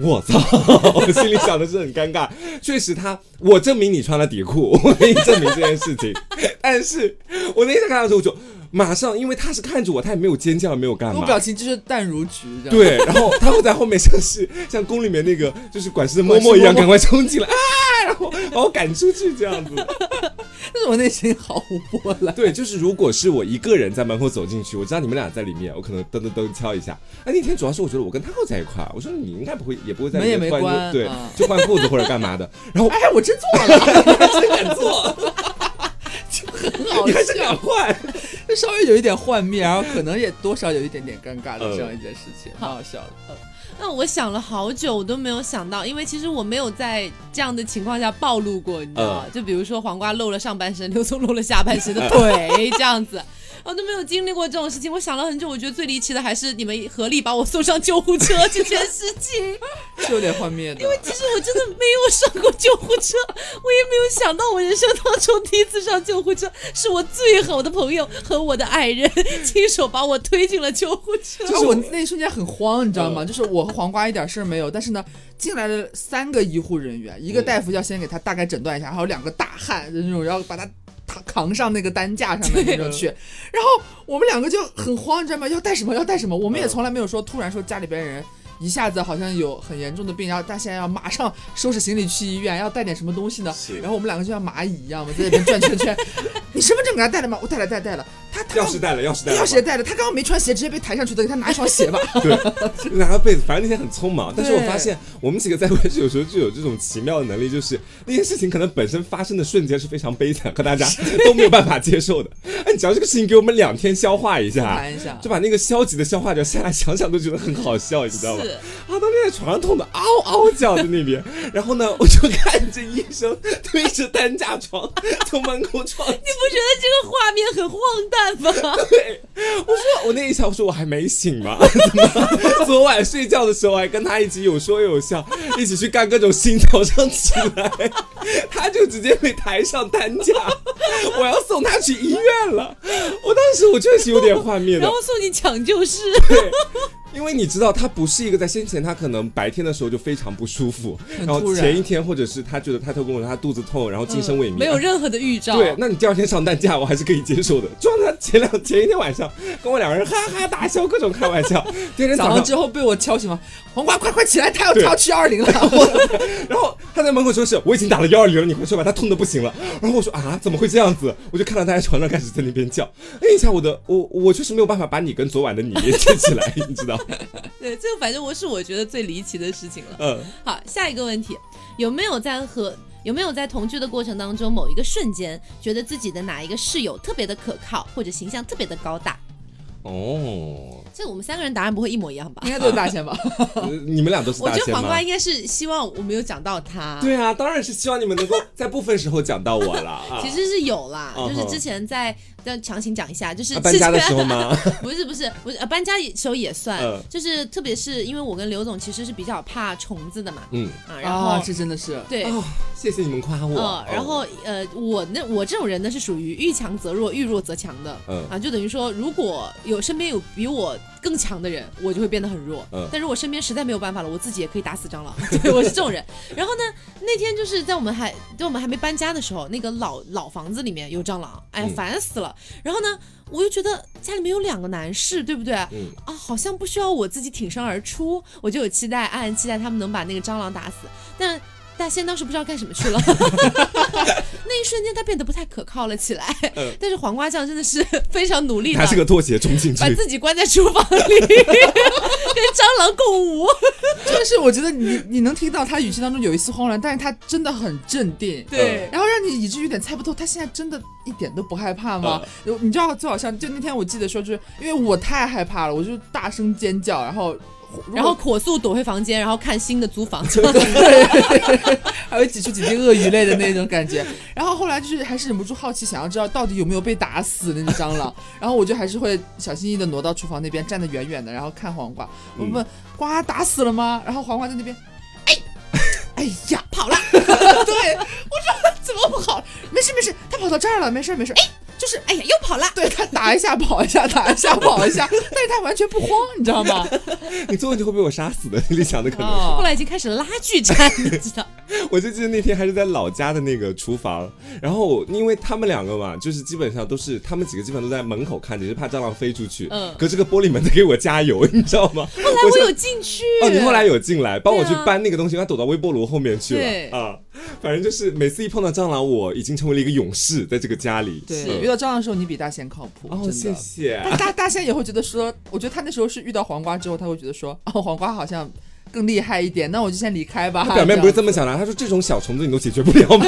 S2: 我操！ 我心里想的是很尴尬，确实他，我证明你穿了底裤， 我可以证明这件事情。 但是我那天看到的时候，我就马上，因为他是看着我，他也没有尖叫，没有干
S3: 我
S2: 嘛
S3: 表，情就是淡如菊，这样。
S2: 对。然后他会在后面像是 像宫里面那个就是管事的嬷嬷一样，
S3: 管事嬷嬷
S2: 赶快冲进来啊，然后把我赶出去这样子。
S3: 但是我内心毫无波澜。
S2: 对，就是如果是我一个人在门口走进去，我知道你们俩在里面，我可能噔噔噔敲一下。哎，那天主要是我觉得我跟他浩在一块儿，我说你应该不会，也不会在
S3: 门也
S2: 里面
S3: 没
S2: 换
S3: 关
S2: 对
S3: 嗯，
S2: 就换裤子或者干嘛的。然后
S3: 哎，我真做了，
S2: 真敢做，
S3: 很好
S2: 你还真
S3: 笑
S2: 敢。换，
S3: 就稍微有一点幻灭，然后可能也多少有一点点尴尬的
S2: 嗯
S3: 这样一件事情，蛮好笑的。
S1: 那我想了好久，我都没有想到，因为其实我没有在这样的情况下暴露过，你知道吗？就比如说黄瓜露了上半身，刘聪露了下半身的腿这样子，我都没有经历过这种事情。我想了很久，我觉得最离奇的还是你们合力把我送上救护车这件事情。
S3: 是有点幻灭的。
S1: 其实我真的没有上过救护车，我也没有想到我人生当中第一次上救护车，是我最好的朋友和我的爱人亲手把我推进了救护车。
S3: 就是啊我那一瞬间很慌，你知道
S2: 嗯
S3: 吗？就是我和黄瓜一点事儿没有，但是呢，进来了三个医护人员，
S2: 嗯
S3: 一个大夫要先给他大概诊断一下，还有两个大汉就那种要把他扛扛上那个担架上面那种去。然后我们两个就很慌，你知道吗？要带什么要带什么，我们也
S2: 嗯
S3: 从来没有说突然说家里边人。一下子好像有很严重的病，然后大家现在要马上收拾行李去医院，要带点什么东西呢
S2: 是？
S3: 然后我们两个就像蚂蚁一样嘛，在那边转圈圈。 你身份证给他带了吗？我带了，带带了。他他
S2: 钥匙带了，钥匙带了，
S3: 钥匙也带了，他刚刚没穿鞋，直接被抬上去的，给他拿一双 鞋吧。
S2: 对，拿个被子，反正那天很匆忙。但是我
S3: 对
S2: 发现我们几个在关系有时候就有这种奇妙的能力，就是那件事情可能本身发生的瞬间是非常悲惨，和大家都没有办法接受的。哎，你只要这个事情给我们两天消化一下
S3: 谈一下，
S2: 就把那个消极的消化掉，现在想想都觉得很好笑，你知道吗？
S1: 是
S2: 啊，当天在床上痛的嗷嗷叫在那边，然后呢，我就看着医生推着担架床从门口闯进
S1: 你不觉得这个画面很荒诞吗？
S2: 对，我说我那一下，我说我还没醒吗？ 怎么昨晚睡觉的时候还跟他一起有说有笑，一起去干各种心跳上起来，他就直接被抬上担架，我要送他去医院了。我当时我确实有点幻灭的
S1: 然，后送你抢救室，
S2: 因为你知道他不是一个在先前他可能白天的时候就非常不舒服，然后
S3: 突然
S2: 前一天或者是他觉得他都跟我说他肚子痛，然后精神萎靡，
S1: 嗯
S2: 啊
S1: 没有任何的预兆。
S2: 对，那你第二天上担架，我还是可以接受的。就让他前两前一天晚上跟我两个人哈哈大笑，各种开玩笑。第二天
S3: 早
S2: 早
S3: 上
S2: 上，
S3: 之后被我敲醒了，黄瓜，快快起来，他要
S2: 对
S3: 他要去幺二 零了。我
S2: 然后他在门口说是我已经打了幺二零，你快说吧，他痛的不行了。然后我说啊，怎么会这样子？我就看到他在床上开始在那边 叫。哎一下我的，我我确实没有办法把你跟昨晚的你连接起来，你知道？
S1: 对，这个反正我是我觉得最离奇的事情了。
S2: 嗯，
S1: 好，下一个问题，有没有在和有没有在同居的过程当中，某一个瞬间觉得自己的哪一个室友特别的可靠，或者形象特别的高大？
S2: 哦，
S1: 这我们三个人答案不会一模一样吧
S3: 应？该都是大仙吧？
S2: 呃你们俩都是
S1: 我
S2: 大
S1: 觉得
S2: 仙
S1: 黄
S2: 吗
S1: 瓜？应该是希望我没有讲到他。
S2: 对啊，当然是希望你们能够在部分时候讲到我了啊。
S1: 其实是有啦，
S2: 嗯
S1: 就是之前在，要强行讲一下，就是
S2: 啊搬家的时候吗？
S1: 不是不是不是，呃搬家的时候也算，
S2: 嗯
S1: 就是特别是因为我跟刘总其实是比较怕虫子的嘛，
S2: 嗯，
S1: 啊，然后、
S3: 啊，这真的是
S1: 对。
S2: 哦，谢谢你们夸我。哦
S1: 嗯，然后呃，我那我这种人呢是属于遇强则弱，遇弱则强的，
S2: 嗯
S1: 啊，就等于说，如果有身边有比我更强的人，我就会变得很弱，
S2: 嗯
S1: 但如果身边实在没有办法了，我自己也可以打死蟑螂， 对，我是这种人。然后呢，那天就是在我们还在我们还没搬家的时候，那个老老房子里面有蟑螂，哎呀，
S2: 嗯
S1: 烦死了。然后呢，我又觉得家里面有两个男士，对不对？
S2: 嗯
S1: 啊，好像不需要我自己挺身而出，我就有期待，暗暗期待他们能把那个蟑螂打死。但大仙当时不知道干什么去 了， 那一瞬间他变得不太可靠了起来。
S2: 嗯
S1: 但是黄瓜酱真的是非常努力的
S2: 他，是个拖鞋冲进去
S1: 把，自己关在厨 房里，跟蟑螂共舞。
S2: 嗯
S3: 真的是，我觉得你你能听到他语气当中有一丝慌乱，但是他真的很镇定。
S1: 对
S3: 然后让你以至于有点猜不透，他现在真的一点都不害怕吗？
S1: 呃
S3: 有你知道最好笑，就那天我记得说，就是因为我太害怕了，我就大声尖叫，然后
S1: 然后火速躲回房间，然后看新的租 房。
S3: 还会挤出几滴鳄鱼泪的那种感觉。然后后来就是还是忍不住好奇，想要知道到底有没有被打死那只蟑螂。然后我就还是会小心翼翼的挪到厨房那边，站得远远的，然后看黄瓜。我问、瓜打死了吗？然后黄瓜在那边，哎，哎呀，跑了。对，我说怎么跑？没事没事，他跑到这儿了，没事没事。哎。
S1: 就是哎呀，又跑了。
S3: 对他打一下跑一下打一下跑一下，但是他完全不慌，你知道吗？
S2: 你最后就会被我杀死的，你想的可能。
S1: 后
S3: 哦，
S1: 来已经开始拉锯战，你知 道？
S2: 我就记得那天还是在老家的那个厨房，然后因为他们两个嘛，就是基本上都是他们几个基本上都在门口看着，就怕蟑螂飞出去。
S1: 嗯
S2: 可这个玻璃门在给我加油，你知道吗？后
S1: 后来我有进去。
S2: 哦，你后来有进来帮我去
S1: 对啊
S2: 搬那个东西，他躲到微波炉后面去
S1: 对
S2: 了啊。反正就是每次一碰到蟑螂，我已经成为了一个勇士，在这个家里。
S3: 对，
S2: 嗯
S3: 遇到蟑螂的时候你比大仙靠谱，真
S2: 哦，
S3: 的。
S2: 谢谢。
S3: 但大大仙也会觉得说，我觉得他那时候是遇到黄瓜之后，他会觉得说，哦，黄瓜好像更厉害一点，那我就先离开吧。
S2: 他表面不是
S3: 这
S2: 这
S3: 样
S2: 么想的，他说这种小虫子你都解决不了吗？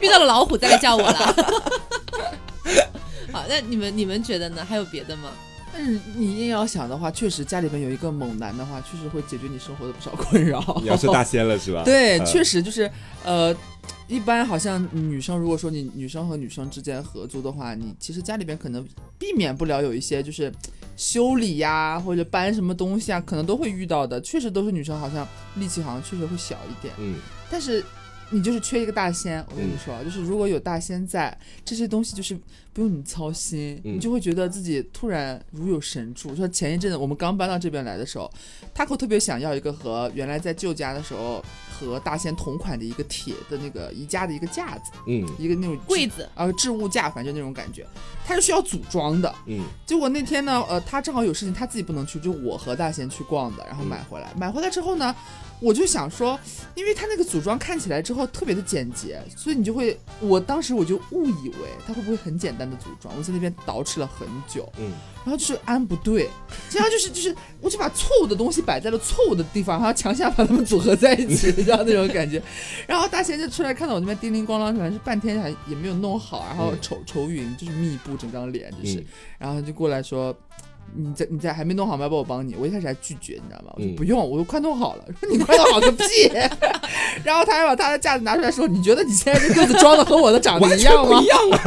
S1: 遇到了老虎再来叫我了。 好，那你们你们觉得呢？还有别的吗？
S3: 但是你硬要想的话，确实家里边有一个猛男的话，确实会解决你生活的不少困扰。
S2: 你要吃大仙了是吧？
S3: 对，
S2: 嗯
S3: 确实就是呃，一般好像女生如果说你女生和女生之间合租的话，你其实家里边可能避免不了有一些就是修理呀、或者搬什么东西啊，可能都会遇到的。确实都是女生好像力气好像确实会小一点，
S2: 嗯，
S3: 但是。你就是缺一个大仙，我跟你说，就是如果有大仙在，这些东西就是不用你操心，
S2: 嗯
S3: 你就会觉得自己突然如有神助。说前一阵子我们刚搬到这边来的时候，他可特别想要一个和原来在旧家的时候和大仙同款的一个铁的那个宜家的一个架子，
S2: 嗯
S3: 一个那种置
S1: 柜子
S3: 啊置物架，反正就那种感觉，它是需要组装的。
S2: 嗯
S3: 结果那天呢，呃，他正好有事情，他自己不能去，就我和大贤去逛的，然后买回来。买回来之后呢，我就想说，因为他那个组装看起来之后特别的简洁，所以你就会，我当时我就误以为他会不会很简单的组装，我在那边捯饬了很久，
S2: 嗯
S3: 然后就是安不对，然后就是就是，我就把错误的东西摆在了错误的地方，然后强行把它们组合在一起，你知 道那种感觉。然后大贤就出来看到我那边叮铃咣啷，反正是半天还也没有弄好，然后
S2: 嗯
S3: 愁愁云就是密布整张脸，就是。
S2: 嗯
S3: 然后他就过来说。你在你在还没弄好吗？要不我帮你。我一开始还拒绝，你知道吗？我说
S2: 嗯
S3: 不用，我都快弄好了。说你快弄好个 屁！然后他还把他的架子拿出来说：“你觉得你现在这个子装的和我的长得
S2: 完
S3: 一
S2: 全
S3: 样
S2: 不
S3: 吗
S2: 一样啊！？”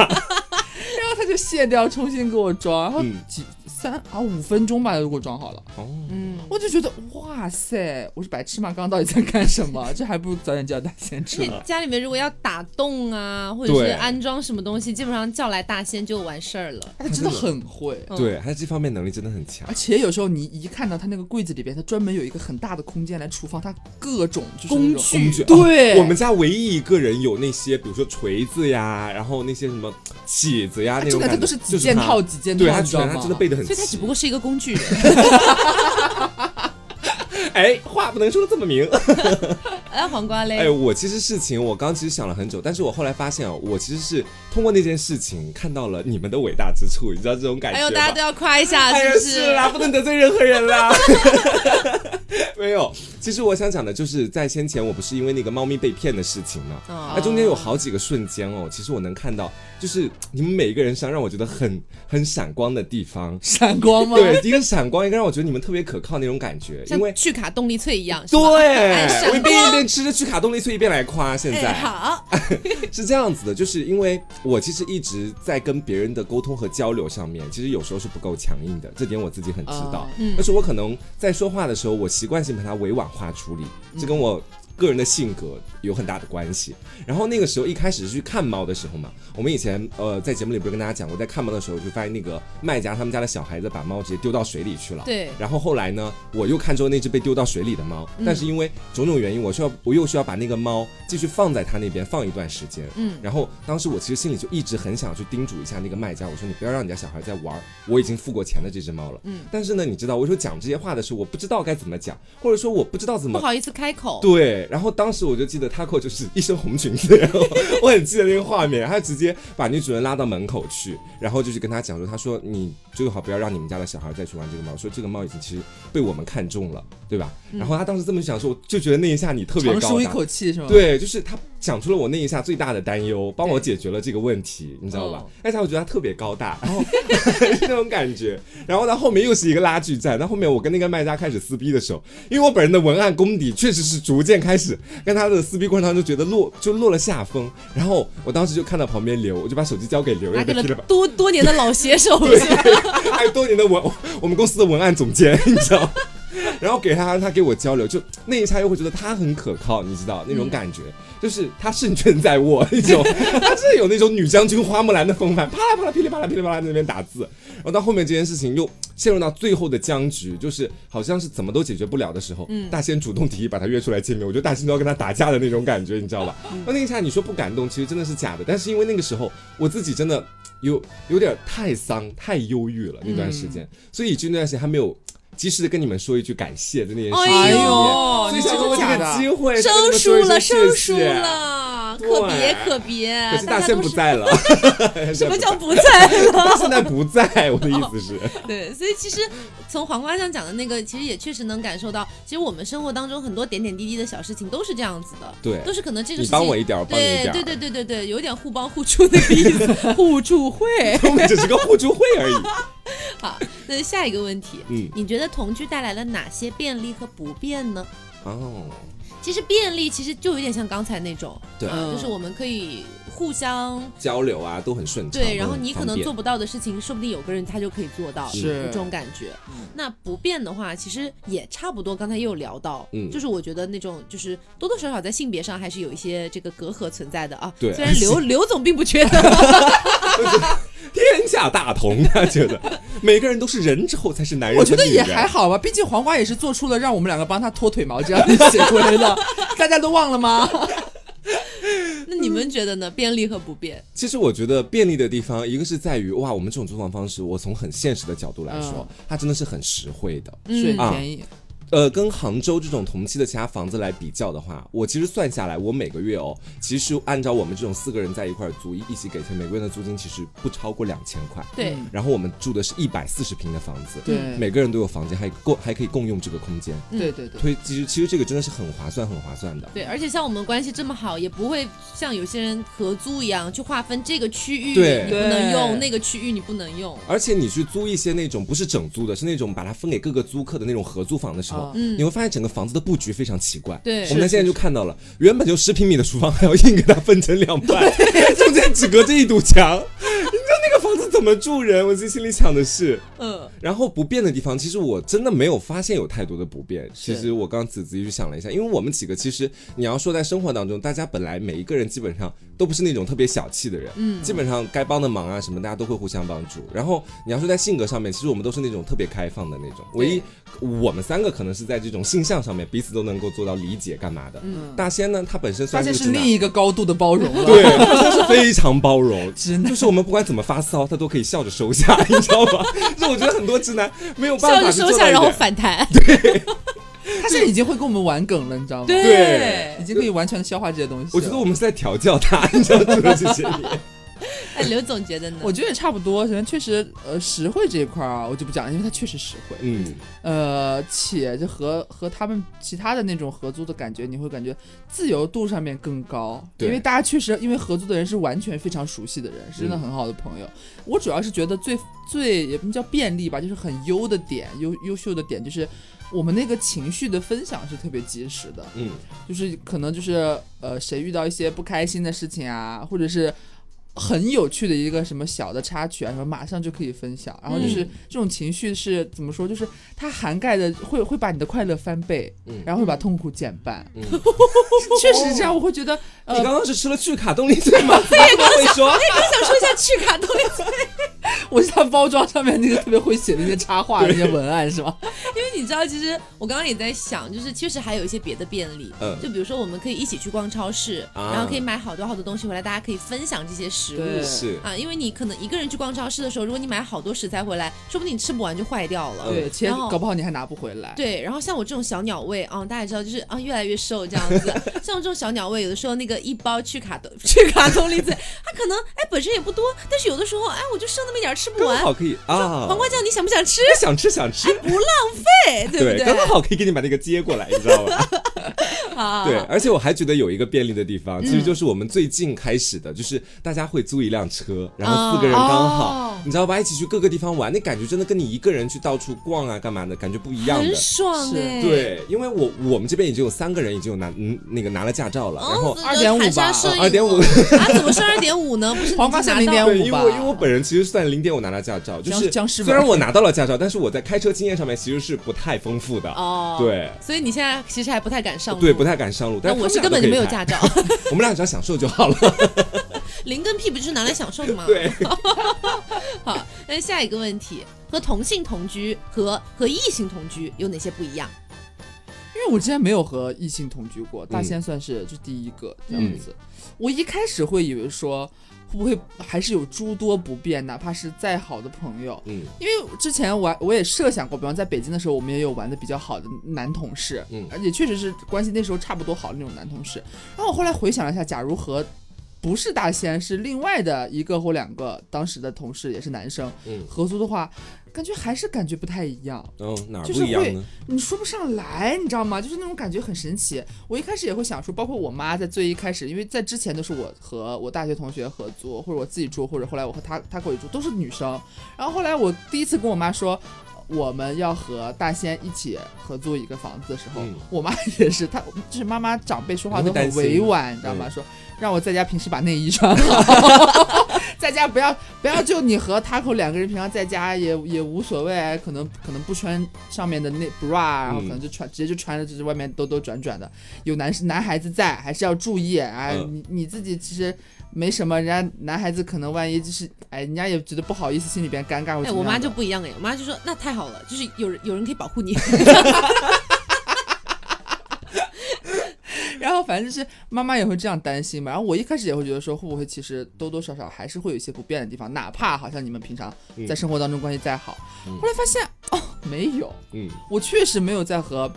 S3: 然后他就卸掉，重新给我装。然后
S2: 嗯
S3: 几、三啊五分钟吧，就给我装好了。
S2: 哦，
S1: 嗯，
S3: 我就觉得哇塞，我是白痴吗？刚刚到底在干什么？这还不如早点叫大仙
S1: 而
S3: 吃
S1: 且
S2: 嗯
S3: 呢。
S1: 家里面如果要打洞啊，或者是
S2: 对
S1: 安装什么东西，基本上叫来大仙就完事儿了。
S3: 他真
S2: 啊
S3: 的很会。
S1: 嗯
S2: 对，他这方面能力真的很强
S3: 而。且有时候你一看到他那个柜子里边，他专门有一个很大的空间来厨房，他各种就是那种
S1: 工具
S2: 工具啊
S3: 对
S2: 我们家唯一一个人有那些，比如说锤子呀，然后那些什么起子呀
S3: 啊
S2: 那
S3: 真
S2: 种
S3: 的，
S2: 感觉，
S3: 他都是几
S2: 就
S3: 件
S2: 他
S3: 套，几件套，
S2: 对他
S3: 你知道
S2: 全他
S3: 吗？，
S2: 真的背的很
S1: 所
S2: 齐。
S1: 以他只不过是一个工具人。
S2: 哎，话不能说的这么明。
S1: 哎，黄瓜嘞，
S2: 哎，我其实事情我刚其实想了很久，但是我后来发现哦，我其实是通过那件事情看到了你们的伟大之处，你知道这种感觉
S1: 哎
S2: 吗？
S1: 呦，大家都要夸一下，是
S2: 哎
S1: 不
S2: 呀，
S1: 是？
S2: 是啦，不能得罪任何人 啦。没有，其实我想讲的就是，在先前我不是因为那个猫咪被骗的事情嘛，
S1: 哦
S2: 那中间有好几个瞬间哦，其实我能看到，就是你们每一个人上让我觉得很很闪光的地方
S3: 闪光吗？
S2: 对，一个闪光，一个让我觉得你们特别可靠那种感觉，因
S1: 像
S2: 为
S1: 巨卡动力脆一样。是
S2: 对，
S1: 吧
S2: 我一
S1: 哎闪
S2: 边一边吃着去卡动力脆一边来夸，现在、
S1: 哎，好，
S2: 是这样子的，就是因为我其实一直在跟别人的沟通和交流上面，其实有时候是不够强硬的，这点我自己 很知道
S3: 哦。
S1: 嗯
S2: 但是我可能在说话的时候，我习惯性把它委婉化处理，这跟我。个人的性格有很大的关系。然后那个时候一开始去看猫的时候嘛，我们以前呃在节目里不是跟大家讲过，在看猫的时候就发现那个卖家他们家的小孩子把猫直接丢到水里去了。
S1: 对嗯
S2: 然后后来呢，我又看中那只被丢到水里的猫，但是因为种种原因，我需要我又需要把那个猫继续放在它那边放一段时间。
S1: 嗯
S2: 然后当时我其实心里就一直很想去叮嘱一下那个卖家，我说你不要让你家小孩再玩儿，我已经付过钱的这只猫了。
S1: 嗯
S2: 但是呢，你知道，我说讲这些话的时候，我不知道该怎么讲，或者说我不知道怎
S1: 不
S2: 么。
S1: 好意思开口。
S2: 对，然后当时我就记得 Taco 就是一身红裙子，然后 我很记得那个画面，他直接把女主人拉到门口去，然后就是跟他讲说，他说你最好不要让你们家的小孩再去玩这个猫，说这个猫已经其实被我们看中了，对吧？然后他当时这么想说，我就觉得那一下你特别
S3: 长
S2: 高
S3: 舒一
S2: 大
S3: 口气是吗？，
S2: 对，就是他讲出了我那一下最大的担忧，帮我解决了这个问题，你知道吧
S1: 哦？
S2: 而且我觉得他特别高大，然后那种感觉。然后到后面又是一个拉锯战，到后面我跟那个卖家开始撕逼的时候，因为我本人的文案功底确实是逐渐开始跟他的撕逼过程当中觉得落就落了下风。然后我当时就看到旁边刘，我就把手机交给刘，
S1: 拿
S2: 让
S1: 给
S2: 他
S1: 了
S2: 噼里啪啦
S1: 多多年的老携手，
S2: 对，还有多年的文，我们公司的文案总监， 你知道。然后给他，他给我交流，就那一下又会觉得他很可靠，你知道那种感觉，就是他胜券在握那种， 他真的有那种女将军花木兰的风范，啪啦啪啦噼里啪啦噼里啪啦在那边打字，然后到后面这件事情又陷入到最后的僵局，就是好像是怎么都解决不了的时候，
S3: 嗯
S2: 大仙主动提议把他约出来见面，我觉得大仙都要跟他打架的那种感觉，你知道吧？
S3: 嗯
S2: 那那一下你说不感动，其实真的是假的，但是因为那个时候我自己真的有有点太丧、太忧郁了那段时间，
S3: 嗯
S2: 所以以至于那段时间还没有及时的跟你们说一句感谢的那件事情。
S1: 哎
S3: 哎
S1: 呦
S3: 呦，
S2: 所以
S3: 你
S2: 想
S3: 真
S2: 通过
S3: 的啊
S2: 这
S3: 假
S2: 个
S3: 的
S2: 机会，
S1: 生疏了，生疏
S2: 了。
S1: 了。吗？可别可别，
S2: 可是大仙不在了。
S1: 什么叫哦不在了？
S2: 现在不在，我的意思是。
S1: 对，所以其实从黄瓜酱讲的那个，其实也确实能感受到，其实我们生活当中很多点点滴滴的小事情都是这样子的，
S2: 对，
S1: 都是可能这个
S2: 你帮我一点，我帮你一
S1: 点，对对对对对，有点互帮互助那个意 思，互助会，
S2: 我们只是个互助会 而已。
S1: 好，那下一个问题，
S2: 嗯，
S1: 你觉得同居带来了哪些便利和不便呢？
S2: 哦。
S1: 其实便利其实就有点像刚才那种，
S2: 对、
S1: 啊，就是我们可以互相
S2: 交流啊，都很顺畅。
S1: 对，然后你可能做不到的事情，说不定有个人他就可以做到，
S3: 是
S1: 这种感觉。
S2: 嗯
S1: 那不变的话，其实也差不多。刚才也有聊到，
S2: 嗯，
S1: 就是我觉得那种就是多多少少在性别上还是有一些这个隔阂存在的啊。
S2: 对，
S1: 虽然 刘刘总并不觉得，
S2: 天下大同，他觉得 每个人都是人之后才是男人。
S3: 我觉得也还好吧，毕竟黄瓜也是做出了让我们两个帮他脱腿毛这样的行为了，大家都忘了吗？
S1: 那你们觉得呢？便利和不便？
S2: 其实我觉得便利的地方，一个是在于哇，我们这种租房方式，我从很现实的角度来说，嗯、它真的是很实惠的，
S3: 是嗯便宜。
S2: 啊呃，跟杭州这种同期的其他房子来比较的话，我其实算下来，我每个月哦，其实按照我们这种四个人在一块租，一起给钱，每个月的租金其实不超过两千块。
S1: 对。
S2: 然后我们住的是一百四十平的房子，
S3: 对，
S2: 每个人都有房间，还共还可以共用这个空间。
S3: 对对对。
S2: 所以其实其实这个真的是很划算，很划算的。
S1: 对，而且像我们关系这么好，也不会像有些人合租一样去划分这个区域
S2: 你
S1: 不能用，那个区域你不能用。
S2: 而且你去租一些那种不是整租的，是那种把它分给各个租客的那种合租房的时候。嗯，你会发现整个房子的布局非常奇怪。
S1: 对，
S2: 我们现在就看到了，原本就十平米的厨房，还要硬给它分成两半， 中间只隔着一堵墙。你知道那个房子怎么住人？我心里想的是，
S1: 嗯。
S2: 然后不变的地方，其实我真的没有发现有太多的不变。其实我刚仔仔细去想了一下，因为我们几个其实你要说在生活当中，大家本来每一个人基本上都不是那种特别小气的人，
S1: 嗯，
S2: 基本上该帮的忙啊什么，大家都会互相帮助。然后你要说在性格上面，其实我们都是那种特别开放的那种，唯一我们三个可能是在这种性向上面彼此都能够做到理解干嘛的。
S3: 嗯，
S2: 大仙呢，他本身
S3: 大
S2: 算
S3: 仙
S2: 是
S3: 是另一个高度的包 容了，
S2: 对，他是非常包容，
S3: 直男
S2: 就是我们不管怎么发骚，他都可以笑着收下，你知道吗？ 就我觉得很多直男没有办法
S1: 笑着
S2: 去做
S1: 收
S2: 到
S1: 下，
S2: 一
S1: 然后
S2: 点
S1: 反弹。
S3: 他现在已经会跟我们玩梗了，你知道吗？
S1: 对，
S2: 对
S3: 已经可以完全的消化这些东西。
S2: 我觉得我们是在调教他， 你知道吗？这些年，
S1: 哎，刘总觉得呢？
S3: 我觉得也差不多，反正确实，呃，实惠这一块儿啊，我就不讲了，因为它确实实惠。
S2: 嗯，
S3: 呃，且就和和他们其他的那种合租的感觉，你会感觉自由度上面更高，
S2: 对
S3: 因为大家确实因为合租的人是完全非常熟悉的人，是真的很好的朋友。我主要是觉得最最也不叫便利吧，就是很优的点，优优秀的点就是我们那个情绪的分享是特别及时的，
S2: 嗯，
S3: 就是可能就是呃谁遇到一些不开心的事情啊，或者是。很有趣的一个什么小的插曲啊，什么马上就可以分享，然后就是
S2: 嗯
S3: 这种情绪是怎么说，就是它涵盖的会会把你的快乐翻倍，
S2: 嗯
S3: 然后会把痛苦减半，
S2: 嗯
S3: 确实是这样，我会觉得
S2: 你
S3: 呃，
S2: 刚刚是吃了去卡动力脆吗？怎么会说？
S1: 哎想说一下去卡动力，
S3: 我是它包装上面那个特别会写的那些插画、那些文案是吧？
S1: 因为你知道，其实我刚刚也在想，就是确实还有一些别的便利，
S2: 嗯
S1: 就比如说我们可以一起去逛超市，
S2: 啊
S1: 然后可以买好多好多东西回来，大家可以分享这些食物
S3: 对
S2: 是，
S1: 啊。因为你可能一个人去逛超市的时候，如果你买好多食材回来，说不定你吃不完就坏掉
S2: 嗯
S1: 了。
S3: 对，且
S1: 然后
S3: 搞不好你还拿不回来。
S1: 对，然后像我这种小鸟胃啊、大家也知道，就是啊、越来越瘦这样 子。像我这种小鸟胃，有的时候那个一包去卡的 去卡通粒子，它可能哎本身也不多，但是有的时候哎我就剩那么一点儿吃不
S2: 刚
S1: 完。
S2: 好可以啊，
S1: 黄瓜酱你想不想吃？
S2: 想吃想吃，
S1: 不浪费，哎对不
S2: 对，
S1: 对？
S2: 刚刚好可以给你把那个接过来，你知道吗？
S1: 好
S2: 对，而且我还觉得有一个便利的地方，其
S1: 嗯
S2: 实就是我们最近开始的，就是大家会租一辆车，然
S1: 啊
S2: 后四个人刚好
S3: 哦，
S2: 你知道吧？一起去各个地方玩，那感觉真的跟你一个人去到处逛啊干嘛的感觉不一样的
S1: 很。爽
S3: 是
S1: 哎、，
S2: 对，因为我我们这边已经有三个人已经有拿嗯那个拿了驾照了，然后
S1: 哦，
S3: 2.5吧
S2: 哦2.5
S1: 啊？怎么是二点五呢？不是
S3: 黄瓜酱
S1: 零
S3: 0.5
S2: 对，因为
S3: 吧
S2: 我因为我本人其实算零点我拿了驾照，就
S3: 僵
S2: 是
S3: 僵尸
S2: 虽
S3: 吧
S2: 然我拿到了驾照，但是我在开车经验上面其实是不太丰富的。
S1: 哦，，
S2: 对
S1: 所以你现在其实还不太敢上路，
S2: 对，不。太敢上路。
S1: 那
S2: 但
S1: 我是
S2: 他
S1: 根
S2: 们
S1: 本
S2: 俩
S1: 就
S2: 都
S1: 没有
S2: 可以开
S1: 驾，照，
S2: 我们俩只要享受就好了。
S1: 零跟屁不就是拿来享受的吗？。
S2: 对，
S1: 好，那下一个问题，和同性同居和和异性同居有哪些不一样？
S3: 因为为我之前没有和异性同居过，大
S2: 嗯
S3: 仙算是就第一个这
S2: 嗯
S3: 样子。我一开始会以为说会不会还是有诸多不便，哪怕是再好的朋友，
S2: 嗯
S3: 因为之前我我也设想过，比方在北京的时候，我们也有玩的比较好的男同事，
S2: 嗯
S3: 而且确实是关系那时候差不多好的那种男同事。然后我后来回想了一下，假如和不是大仙，是另外的一个或两个当时的同事也是男生
S2: 嗯
S3: 合租的话，感觉还是感觉不太一样，
S2: 嗯，哪儿
S3: 就是
S2: 不一样
S3: 会
S2: 呢？
S3: 你说不上来，你知道吗？就是那种感觉很神奇。我一开始也会想说，包括我妈在最一开始，因为在之前都是我和我大学同学合租，或者我自己住，或者后来我和她她跟我一起住，都是女生。然后后来我第一次跟我妈说。我们要和大仙一起合租一个房子的时候，
S2: 嗯
S3: 我妈也是，她就是妈妈长辈说话
S2: 你
S3: 都
S2: 会担
S3: 很
S2: 心
S3: 委婉，你知道吗？说让我在家平时把内衣穿好，在家不要不要就你和 Taco 两个人平常在家也也无所谓，可能可能不穿上面的那 bra，然后可能就穿、直接就穿着就是外面兜兜转转的。有男男孩子在还是要注意，哎，
S2: 嗯
S3: 你你自己其实没什么，人家男孩子可能万一就是哎，人家也觉得不好意思，心里边尴尬或者
S1: 哎，
S3: 怎么
S1: 我妈
S3: 样的
S1: 就不一样哎，我妈就说那太好了，就是有人有人可以保护你。
S3: 然后反正就是妈妈也会这样担心嘛。然后我一开始也会觉得说，会不会其实多多少少还是会有一些不便的地方，哪怕好像你们平常在生活当中关系再好，
S2: 嗯
S3: 后来发现哦，没有，
S2: 嗯
S3: 我确实没有在和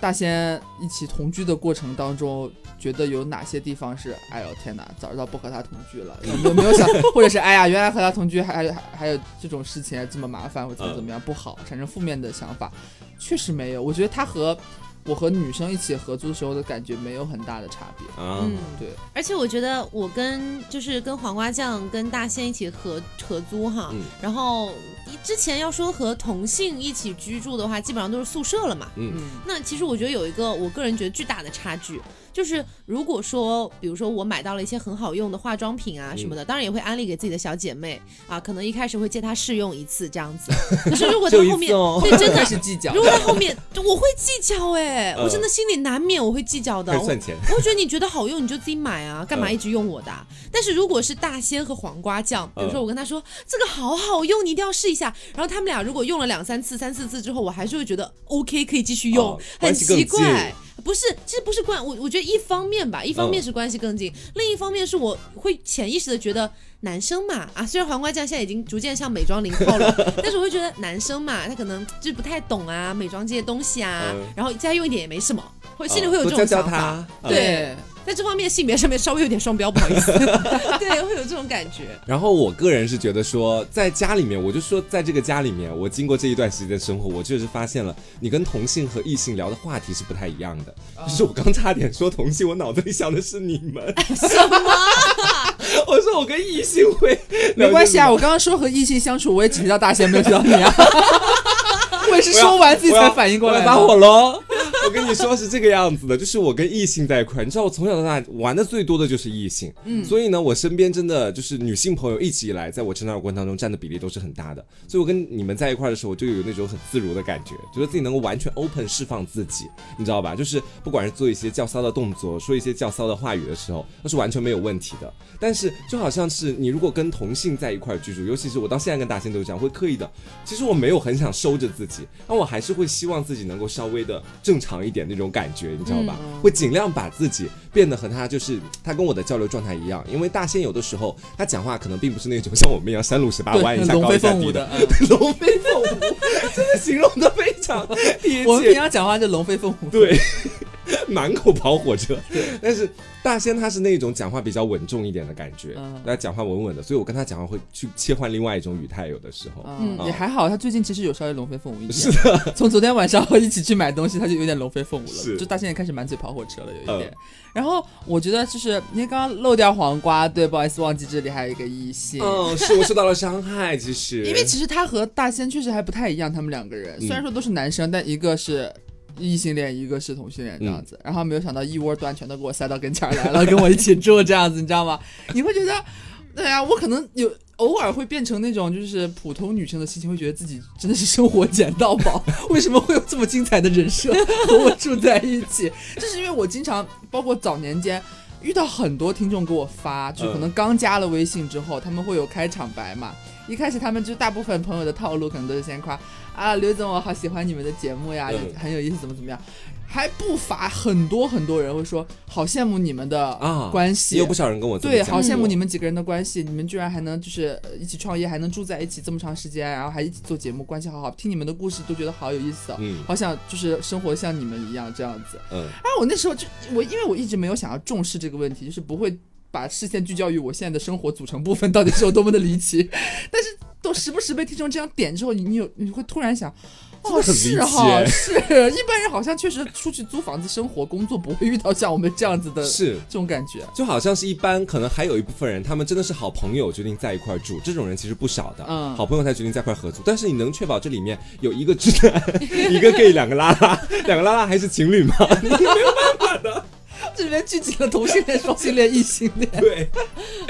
S3: 大仙一起同居的过程当中，觉得有哪些地方是，哎呦天哪，早知道不和他同居了，有没有没有想，或者是哎呀，原来和他同居还还还有这种事情这么麻烦，或怎么怎么样不好，产生负面的想法，确实没有。我觉得他和我和女生一起合租的时候的感觉没有很大的差别。
S2: 啊
S1: 嗯，
S3: 对，
S1: 而且我觉得我跟就是跟黄瓜酱跟大仙一起合合租哈，
S2: 嗯
S1: 然后之前要说和同性一起居住的话，基本上都是宿舍了嘛。
S2: 嗯
S3: 嗯
S1: 那其实我觉得有一个我个人觉得巨大的差距，就是如果说，比如说我买到了一些很好用的化妆品啊什
S2: 嗯
S1: 么的，当然也会安利给自己的小姐妹啊，可能一开始会借她试用一次这样 子。可是如果她
S2: 就一
S1: 后面
S2: 次哦
S1: 对真
S3: 开
S1: 的，
S3: 始计较
S1: 如。果她后面我会计较哎、
S2: 嗯
S1: 我真的心里难免我会计 较的
S2: 开。始
S1: 我
S2: 算钱，
S1: 我会觉得你觉得好用你就自己买啊，干嘛
S2: 嗯
S1: 一直用我的啊、但是如果是大仙和黄瓜酱，比如说我跟他说、这个好好用，你一定要试一下。然后他们俩如果用了两三次、三四次之后，我还是会觉得 OK 可以继续用，
S2: 哦
S1: 很
S2: 关系更
S1: 奇
S2: 近
S1: 怪。不是，这不是关我，我觉得一方面吧，一方面是关系更近，另一方面是我会潜意识的觉得男生嘛啊，虽然黄瓜酱现在已经逐渐向美妆零靠 拢，但是我会觉得男生嘛，他可能就是不太懂啊美妆这些东西啊，
S2: 嗯哦
S1: 然后加用一点也没什么，会心里会有这种
S2: 多啊教
S1: 想
S2: 教
S1: 法。
S2: 他，嗯
S1: 对在这方面性别上面稍微有点双标，不好意思。 对，会有这种感觉。
S2: 然后我个人是觉得说，在家里面，我就说在这个家里面，我经过这一段时间的生活，我确实发现了，你跟同性和异性聊的话题是不太一样的。
S1: 啊
S2: 就是我刚差点说同性，我脑子里想的是你们，
S1: 什么？
S2: 我说我跟异性会
S3: 没关系啊，
S2: 聊
S3: 我刚刚说和异性相处，我也只提到大仙，没有提到你啊。我也是说完自
S2: 这
S3: 己
S2: 个。我
S3: 才
S2: 要
S3: 反应过来
S2: 我
S3: 的。
S2: 要打火喽！我跟你说是这个样子的，就是我跟异性在一块，你知道我从小到大玩的最多的就是异性，嗯，所以呢，我身边真的就是女性朋友一直以来在我成长的过程当中占的比例都是很大的，所以我跟你们在一块的时候，我就有那种很自如的感觉，觉得自己能够完全 open 释放自己，你知道吧？就是不管是做一些较骚的动作，说一些较骚的话语的时候，那是完全没有问题的。但是就好像是你如果跟同性在一块居住，尤其是我到现在跟大仙都是这样，会刻意的。其实我没有很想收着自己，但我还是会希望自己能够稍微的正常一点那种感觉，你知道吧？
S3: 嗯
S2: 会尽量把自己变得和他就是他跟我的交流状态一样，因为大仙有的时候他讲话可能并不是那种像我们一样山路十八
S3: 对，
S2: 弯一下
S3: 龙
S2: 高
S3: 飞
S2: 一下
S3: 凤舞
S2: 低
S3: 的
S2: 的。。
S3: 嗯
S2: 龙飞凤舞，真的形容的非常贴
S3: 我们
S2: 切
S3: 平。常讲话就龙飞凤舞。
S2: 对，满口跑火车。但是大仙他是那种讲话比较稳重一点的感觉
S3: 嗯，
S2: 那、讲话稳稳的，所以我跟他讲话会去切换另外一种语态，有的时候。
S3: 嗯，
S2: 嗯
S3: 也还好，他最近其实有稍微龙飞凤舞一点。
S2: 是
S3: 的，从昨天晚上一起去买东西，他就有点龙飞凤舞
S2: 是
S3: 了，就大仙也开始满嘴跑火车了，有一点。
S2: 嗯
S3: 然后我觉得就是因为刚刚漏掉黄瓜，对，不好意思，忘记这里还有一个异性。
S2: 嗯，是我受到了伤害，其实
S3: 因为其实他和大仙确实还不太一样，他们两个人虽然说都是男生，但一个是异性恋，一个是同性恋这样子。然后没有想到一窝端全都给我塞到跟前儿来了，跟我一起住这样子，你知道吗？你会觉得，对啊，我可能有偶尔会变成那种就是普通女生的心情，会觉得自己真的是生活捡到宝， 为什么会有这么精彩的人设和我住在一起？就是因为我经常，包括早年间。遇到很多听众给我发，就可能刚加了微信之后，他们会有开场白嘛，一开始他们就大部分朋友的套路可能都是先夸啊，刘总我好喜欢你们的节目呀，
S2: 嗯
S3: 很有意思，怎么怎么样，还不乏很多很多人会说好羡慕你们的
S2: 啊
S3: 关系，
S2: 也有不少人跟我这么
S3: 对，
S2: 讲
S3: 好羡慕
S2: 过
S3: 你们几个人的关系，你们居然还能就是呃一起创业，还能住在一起这么长时间，然后还一起做节目，关系好好，听你们的故事都觉得好有意思、哦，
S2: 嗯
S3: 好想就是生活像你们一样这样子。
S2: 嗯
S3: 啊，我那时候就我因为我一直没有想要重视这个问题，就是不会把视线聚焦于我现在的生活组成部分到底是有多么的离奇， 但是都时不时被听众这样点之后，你你有你会突然想。
S2: 真的
S3: 哦，
S2: 很离
S3: 是
S2: 奇
S3: 哈、
S2: 哎
S3: 是一般人好像确实出去租房子生活工作不会遇到像我们这样子的
S2: 是。
S3: 这种感觉。
S2: 就好像是一般，可能还有一部分人，他们真的是好朋友决定在一块儿住，这种人其实不少的。
S3: 嗯
S2: 好朋友才决定在一块儿合租，但是你能确保这里面有一个直男， 一个 gay，两个拉拉，两个拉拉还是情侣 吗？
S3: 这里面聚集了同性恋、双性恋、异性恋。
S2: 对，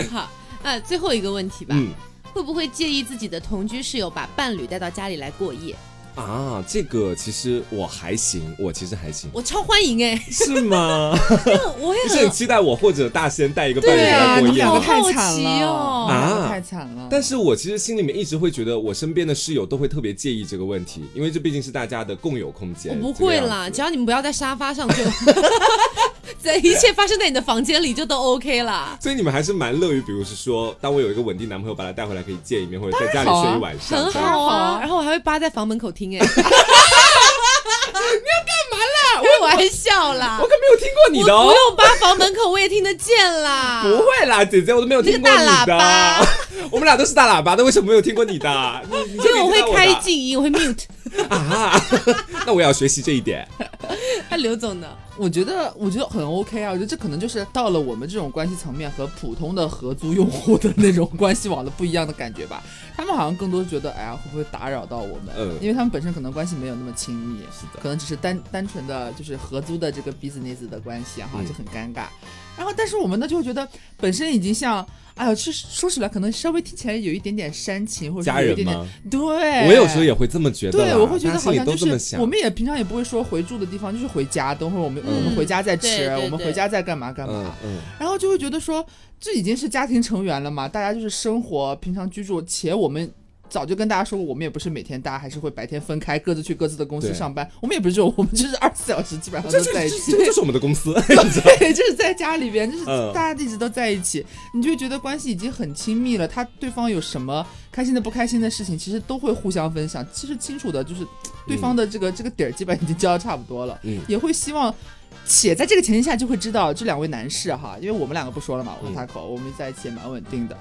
S1: 好，呃，最后一个问题吧，
S2: 嗯
S1: 会不会介意自己的同居室友把伴侣带到家里来过夜？
S2: 啊，这个其实我还行，我其实还行，，
S1: 我超欢迎哎
S2: 是吗？
S1: 因为我也
S2: 就是很
S1: 很。
S2: 期待我或者大仙带一个伴侣
S1: 对啊
S2: 来过
S1: 你
S2: 夜
S1: 们
S2: 的。
S1: 两个太惨了好好奇哦
S2: 啊
S3: 两个太惨了。
S2: 但是我其实心里面一直会觉得，我身边的室友都会特别介意这个问题，因为这毕竟是大家的共有空间。
S3: 哦
S1: 我不
S2: 这个
S1: 会
S2: 样
S1: 啦，
S2: 子
S1: 只要你们不要在沙发 上就，在一切发生在你的房间里就都 OK 啦，
S2: 所以你们还是蛮乐于，比如是说，当我有一个稳定男朋友，把他带回来可以见一面，或者在家里睡一晚上。
S1: 很
S2: 这样
S1: 好
S3: 好
S1: 啊。
S3: 啊
S1: 然后我还会扒在房门口 听哎，你要干嘛啦？开玩笑啦，
S2: 我可没有听过你的
S1: 我
S2: 哦
S1: 不，用扒房门口，我也听得见啦。
S2: 不会啦，姐姐，我都没有听过你
S1: 你这个大
S2: 的。 我们俩都是大喇叭，那为什么没有听过你的？啊你你
S1: 因为
S2: 我
S1: 我会开静音，我会 mute。
S2: 啊， 那我也要学习这一点。
S1: 那刘总呢？
S3: 我觉得，我觉得很 OK 啊。我觉得这可能就是到了我们这种关系层面和普通的合租用户的那种关系网的不一样的感觉吧。他们好像更多觉得，哎呀，会不会打扰到我们？
S2: 嗯
S3: 因为他们本身可能关系没有那么亲密，
S2: 是的
S3: 可能只是单单纯的就是合租的这个 business 的关系啊哈、
S2: 嗯
S3: 就很尴尬。然后，但是我们呢就会觉得本身已经像，哎呦，是说起来可能稍微听起来有一点点煽情，或者
S2: 家
S3: 是有一
S2: 人
S3: 点点
S2: 吗？
S3: 对，
S2: 我有时候也会这么觉得啦。
S3: 对，我会觉得
S2: 大家心
S3: 好
S2: 里
S3: 像
S2: 都
S3: 就
S2: 这么
S3: 是
S2: 想。
S3: 我们也平常也不会说回住的地方，就是回家，等会儿我们、我们回家再吃，
S1: 对对
S3: 我们
S1: 对
S3: 回家再干嘛干嘛，
S2: 嗯嗯，
S3: 然后就会觉得说这已经是家庭成员了嘛，大家就是生活平常居住，且我们。早就跟大家说过，我们也不是每天，大家还是会白天分开，各自去各自的公司
S2: 对
S3: 上班。我们也不是这种，我们就是二十四小时基本上
S2: 这
S3: 都
S2: 这
S3: 在一
S2: 这
S3: 起。
S2: 这就是我们的公司。
S3: 对，就是在家里边，就是
S2: 嗯
S3: 大家一直都在一起，你就会觉得关系已经很亲密了。他对方有什么开心的、不开心的事情，其实都会互相分享。其实清楚的，就是对方的这个、这个底儿，基本已经交的差不多了，
S2: 嗯
S3: 也会希望。且在这个前提下，就会知道这两位男士哈，因为我们两个不说了嘛，我和
S2: 嗯
S3: 他口，我们在一起也蛮稳定的。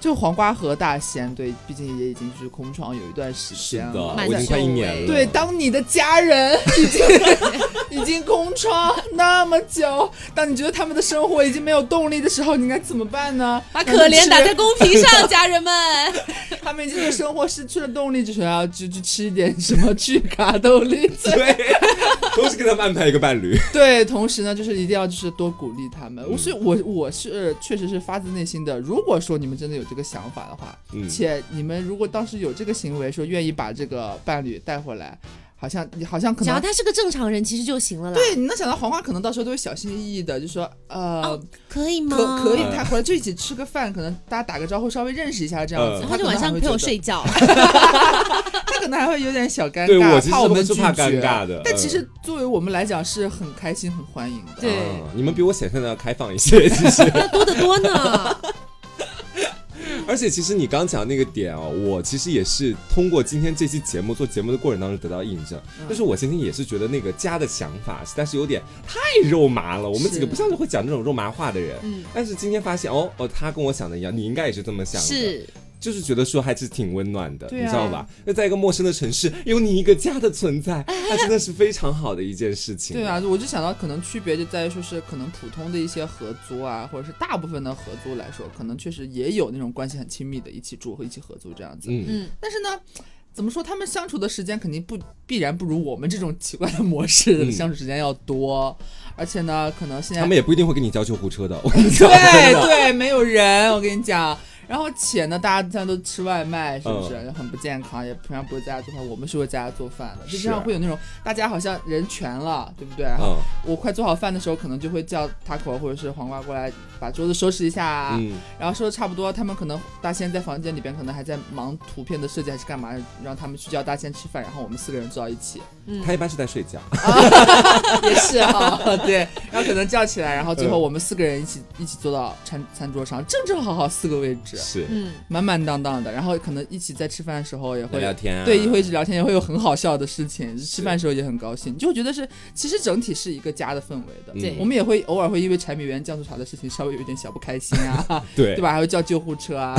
S3: 就黄瓜和大仙，对，毕竟也已经就是空窗有一段时
S2: 是
S3: 间
S2: 的，
S3: 了。
S2: 我
S1: 蛮
S2: 已经快一
S1: 久
S2: 年
S1: 哎
S2: 了。
S3: 对，当你的家人已 经已经空窗那么久，当你觉得他们的生活已经没有动力的时候，你应该怎么办呢？
S1: 把可怜打在
S3: 难道
S1: 公屏上，家人们。
S3: 是他们已经对生活失去了动力，就想要去去吃一点什么 去卡豆力。
S2: 对，都是给他们安排一个伴侣。
S3: 对，同时呢，就是一定要就是多鼓励他
S2: 嗯
S3: 们。我是我我是确实是发自内心的。如果说你们真的有这个想法的话，
S2: 嗯
S3: 且你们如果当时有这个行为，说愿意把这个伴侣带回来，好像好像可
S1: 只
S3: 能
S1: 要他是个正常人，其实就行了啦。
S3: 对，你能想到黄瓜可能到时候都会小心翼翼的，就说呃，
S1: 哦可以吗？
S3: 可可以
S2: 嗯，
S3: 他回来就一起吃个饭，可能大家打个招呼，稍微认识一下这样子。
S2: 嗯
S1: 然
S3: 他
S1: 后
S3: 可
S1: 就
S3: 能
S1: 晚
S3: 还
S1: 上
S3: 会
S1: 陪我
S3: 觉得，
S1: 睡觉。
S3: 他可能还会有点小尴尬，
S2: 对我其实
S3: 怕我们
S2: 是怕
S3: 拒绝
S2: 尴尬的
S3: 但
S2: 嗯
S3: 其实作为我们来讲是很开心、很欢迎的。
S1: 对
S2: 啊你们比我想象的要开放一些，其实。
S1: 要多得多 呢。
S2: 而且其实你刚讲那个点哦，我其实也是通过今天这期节目做节目的过程当中得到印证，
S1: 嗯
S2: 就是我今天也是觉得那个家的想法实在是有点太肉麻了，我们几个
S3: 是
S2: 不像是会讲这种肉麻话的人。
S1: 嗯，
S2: 但是今天发现哦哦，他跟我想的一样，你应该也是这么想的，
S1: 是
S2: 就是觉得说还是挺温暖的，
S3: 对啊
S2: 你知道吧？那在一个陌生的城市，有你一个家的存 在，那真的是非常好的一件事情。
S3: 对啊，，我就想到可能区别就在于说是可能普通的一些合租啊，或者是大部分的合租来说，可能确实也有那种关系很亲密的，一起住和一起合租这样子。
S2: 嗯，
S1: 嗯，
S3: 但是呢，怎么说，他们相处的时间肯定不必然不如我们这种奇怪的模式的
S2: 嗯
S3: 相处时间要多，而且呢，可能现在
S2: 他们也不一定会跟你叫救护车的，我跟你讲，真啊
S3: 对
S2: 的
S3: 对，没有人，我跟你讲。然后且呢，大家现在都吃外卖，是不是？
S2: 嗯
S3: 很不健康，也平常不会在家做饭。我们是会在家做饭的，就经常
S2: 啊
S3: 会有那种大家好像人全了，对不对？然啊后
S2: 嗯
S3: 我快做好饭的时候，可能就会叫 taco 或者是黄瓜过来把桌子收拾一下啊。
S2: 嗯，
S3: 然后收拾差不多，他们可能大仙在房间里边可能还在忙图片的设计还是干嘛，让他们去叫大仙吃饭，然后我们四个人坐到一起，
S1: 嗯
S2: 他一般是在睡觉，
S3: 也是啊， 对，然后可能叫起来，然后最后我们四个人一起一起坐到餐餐桌上，正正好好四个位置，
S2: 是
S1: 嗯，
S3: 满满当当的，然后可能一起在吃饭的时候也
S2: 聊
S3: 会
S2: 聊天啊，
S3: 对，会一直聊天，也会有很好笑的事情。吃饭的时候也很高兴，就我觉得是，其实整体是一个家的氛围的。
S2: 嗯
S1: 对
S3: 我们也会偶尔会因为柴米油盐酱醋茶的事情稍微有一点小不开心啊，
S2: 对
S3: 对吧？还会叫救护车啊，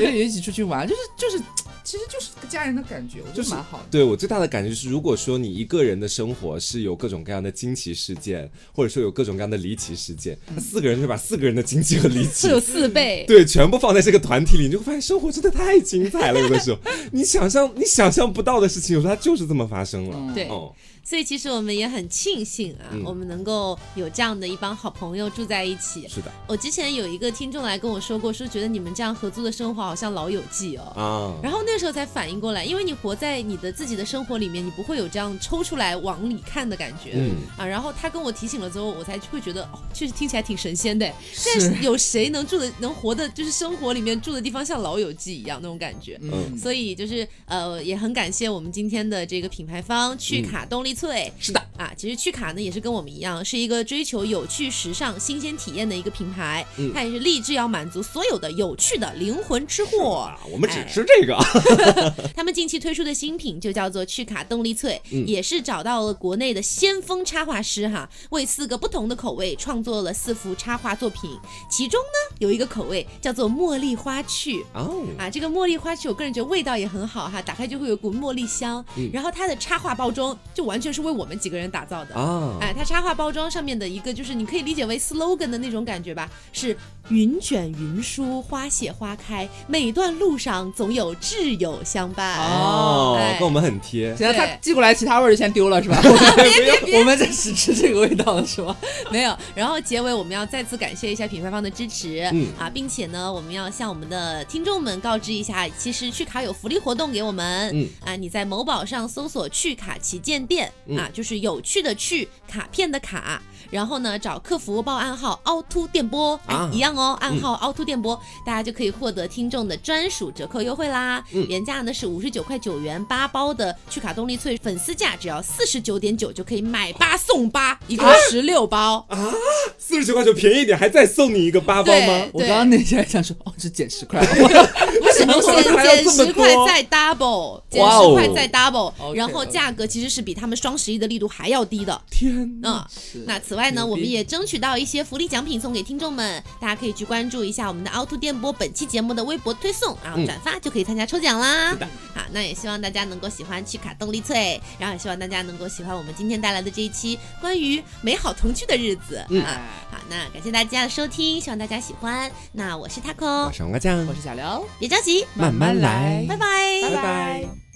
S3: 也也一起出去玩，就是就是，其实就是个家人的感觉，我觉
S2: 就
S3: 得
S2: 是
S3: 蛮好的。
S2: 对我最大的感觉是，如果说你一个人的生活是有各种各样的惊奇事件，或者说有各种各样的离奇事件，那四个人就把四个人的惊奇和离奇
S1: 是有四倍，
S2: 对，全部放在这个团体里，你就会发现生活真的太精彩了。有的 时候，你想象你想象不到的事情，有时候它就是这么发生了。
S3: 嗯
S1: 对
S2: 哦，
S1: 所以其实我们也很庆幸啊，
S2: 嗯
S1: 我们能够有这样的一帮好朋友住在一起。
S2: 是的
S1: 我之前有一个听众来跟我说过，说觉得你们这样合租的生活好像《老友记》哦。
S2: 啊，
S1: 然后那时候才反应过来，因为你活在你的自己的生活里面，你不会有这样抽出来往里看的感觉、
S2: 嗯
S1: 啊。然后他跟我提醒了之后，我才会觉得，哦，确实听起来挺神仙的。但
S3: 是
S1: 是，有谁能住的能活的，就是生活里面住的地方像《老友记》一样那种感觉？
S3: 嗯，
S1: 所以就是呃，也很感谢我们今天的这个品牌方趣卡动力萃。
S2: 是的，
S1: 啊，其实趣卡呢也是跟我们一样，是一个追求有趣、时尚、新鲜体验的一个品牌。
S2: 嗯
S1: 它也是立志要满足所有的有趣的灵魂吃货。
S2: 啊，我们
S1: 哎
S2: 只吃这个啊，
S1: 他们近期推出的新品就叫做趣卡动力萃，
S2: 嗯
S1: 也是找到了国内的先锋插画师哈，为四个不同的口味创作了四幅插画作品。其中呢有一个口味叫做茉莉花趣，
S2: 哦，
S1: 啊，这个茉莉花曲，我个人觉得味道也很好哈，打开就会有股茉莉香。
S2: 嗯
S1: 然后它的插画包装就完全是为我们几个人打造的。
S2: 啊，
S1: 哎，它插画包装上面的一个就是你可以理解为 slogan 的那种感觉吧，是云卷云舒，花谢花开，每段路上总有挚友相伴。
S2: 哦
S1: 哎，
S2: 跟我们很贴，
S3: 现在他
S1: 对
S3: 寄过来其他味儿先丢了是 吧？我们在只吃这个味道了是吧？
S1: 没有，然后结尾我们要再次感谢一下品牌方的支持，
S2: 嗯
S1: 啊，并且呢，我们要向我们的听众们告知一下，其实趣卡有福利活动给我们，
S2: 嗯
S1: 啊，你在某宝上搜索“趣卡旗舰店”，
S2: 嗯
S1: 啊，就是有趣的趣，卡片的卡。然后呢，找客服报暗号“凹凸电波”
S2: 啊
S1: 哎一样哦，暗号“凹凸电波”，大家就可以获得听众的专属折扣优惠啦。
S2: 嗯
S1: 原价呢是五十九块九元八包的趣卡动力萃粉丝价，只要四十九点九就可以买八送八，一共
S2: 啊
S1: 十六包。
S2: 四十九块九便宜一点，还再送你一个八包吗？
S3: 我
S1: 对
S3: 刚刚那天想说，哦，这减 十块，
S1: 不是，
S2: 能
S1: 减
S2: 还要
S1: 减
S2: 这么
S1: 十块
S2: 多
S1: 再 double，减
S2: 哇哦
S1: 十块再 double，、
S3: OK，
S1: 然后
S3: OK
S1: 价格其实是比他们双十一的力度还要低的。
S2: 天哪，
S1: 嗯，那此外呢，
S3: 牛逼
S1: 我们也争取到一些福利奖品送给听众们，大家可以去关注一下我们的凹凸电波本期节目的微博推送，然后
S2: 嗯
S1: 转发就可以参加抽奖啦。
S2: 是的
S1: 好，那也希望大家能够喜欢趣卡动力萃，然后也希望大家能够喜欢我们今天带来的这一期关于美好同居的日子、
S2: 嗯
S1: 啊。好，那感谢大家的收听，希望大家喜欢。那我是 taco，
S2: 上个酱
S3: 我是小刘，
S1: 别着急，
S2: 慢慢来
S1: 拜拜
S3: 拜拜。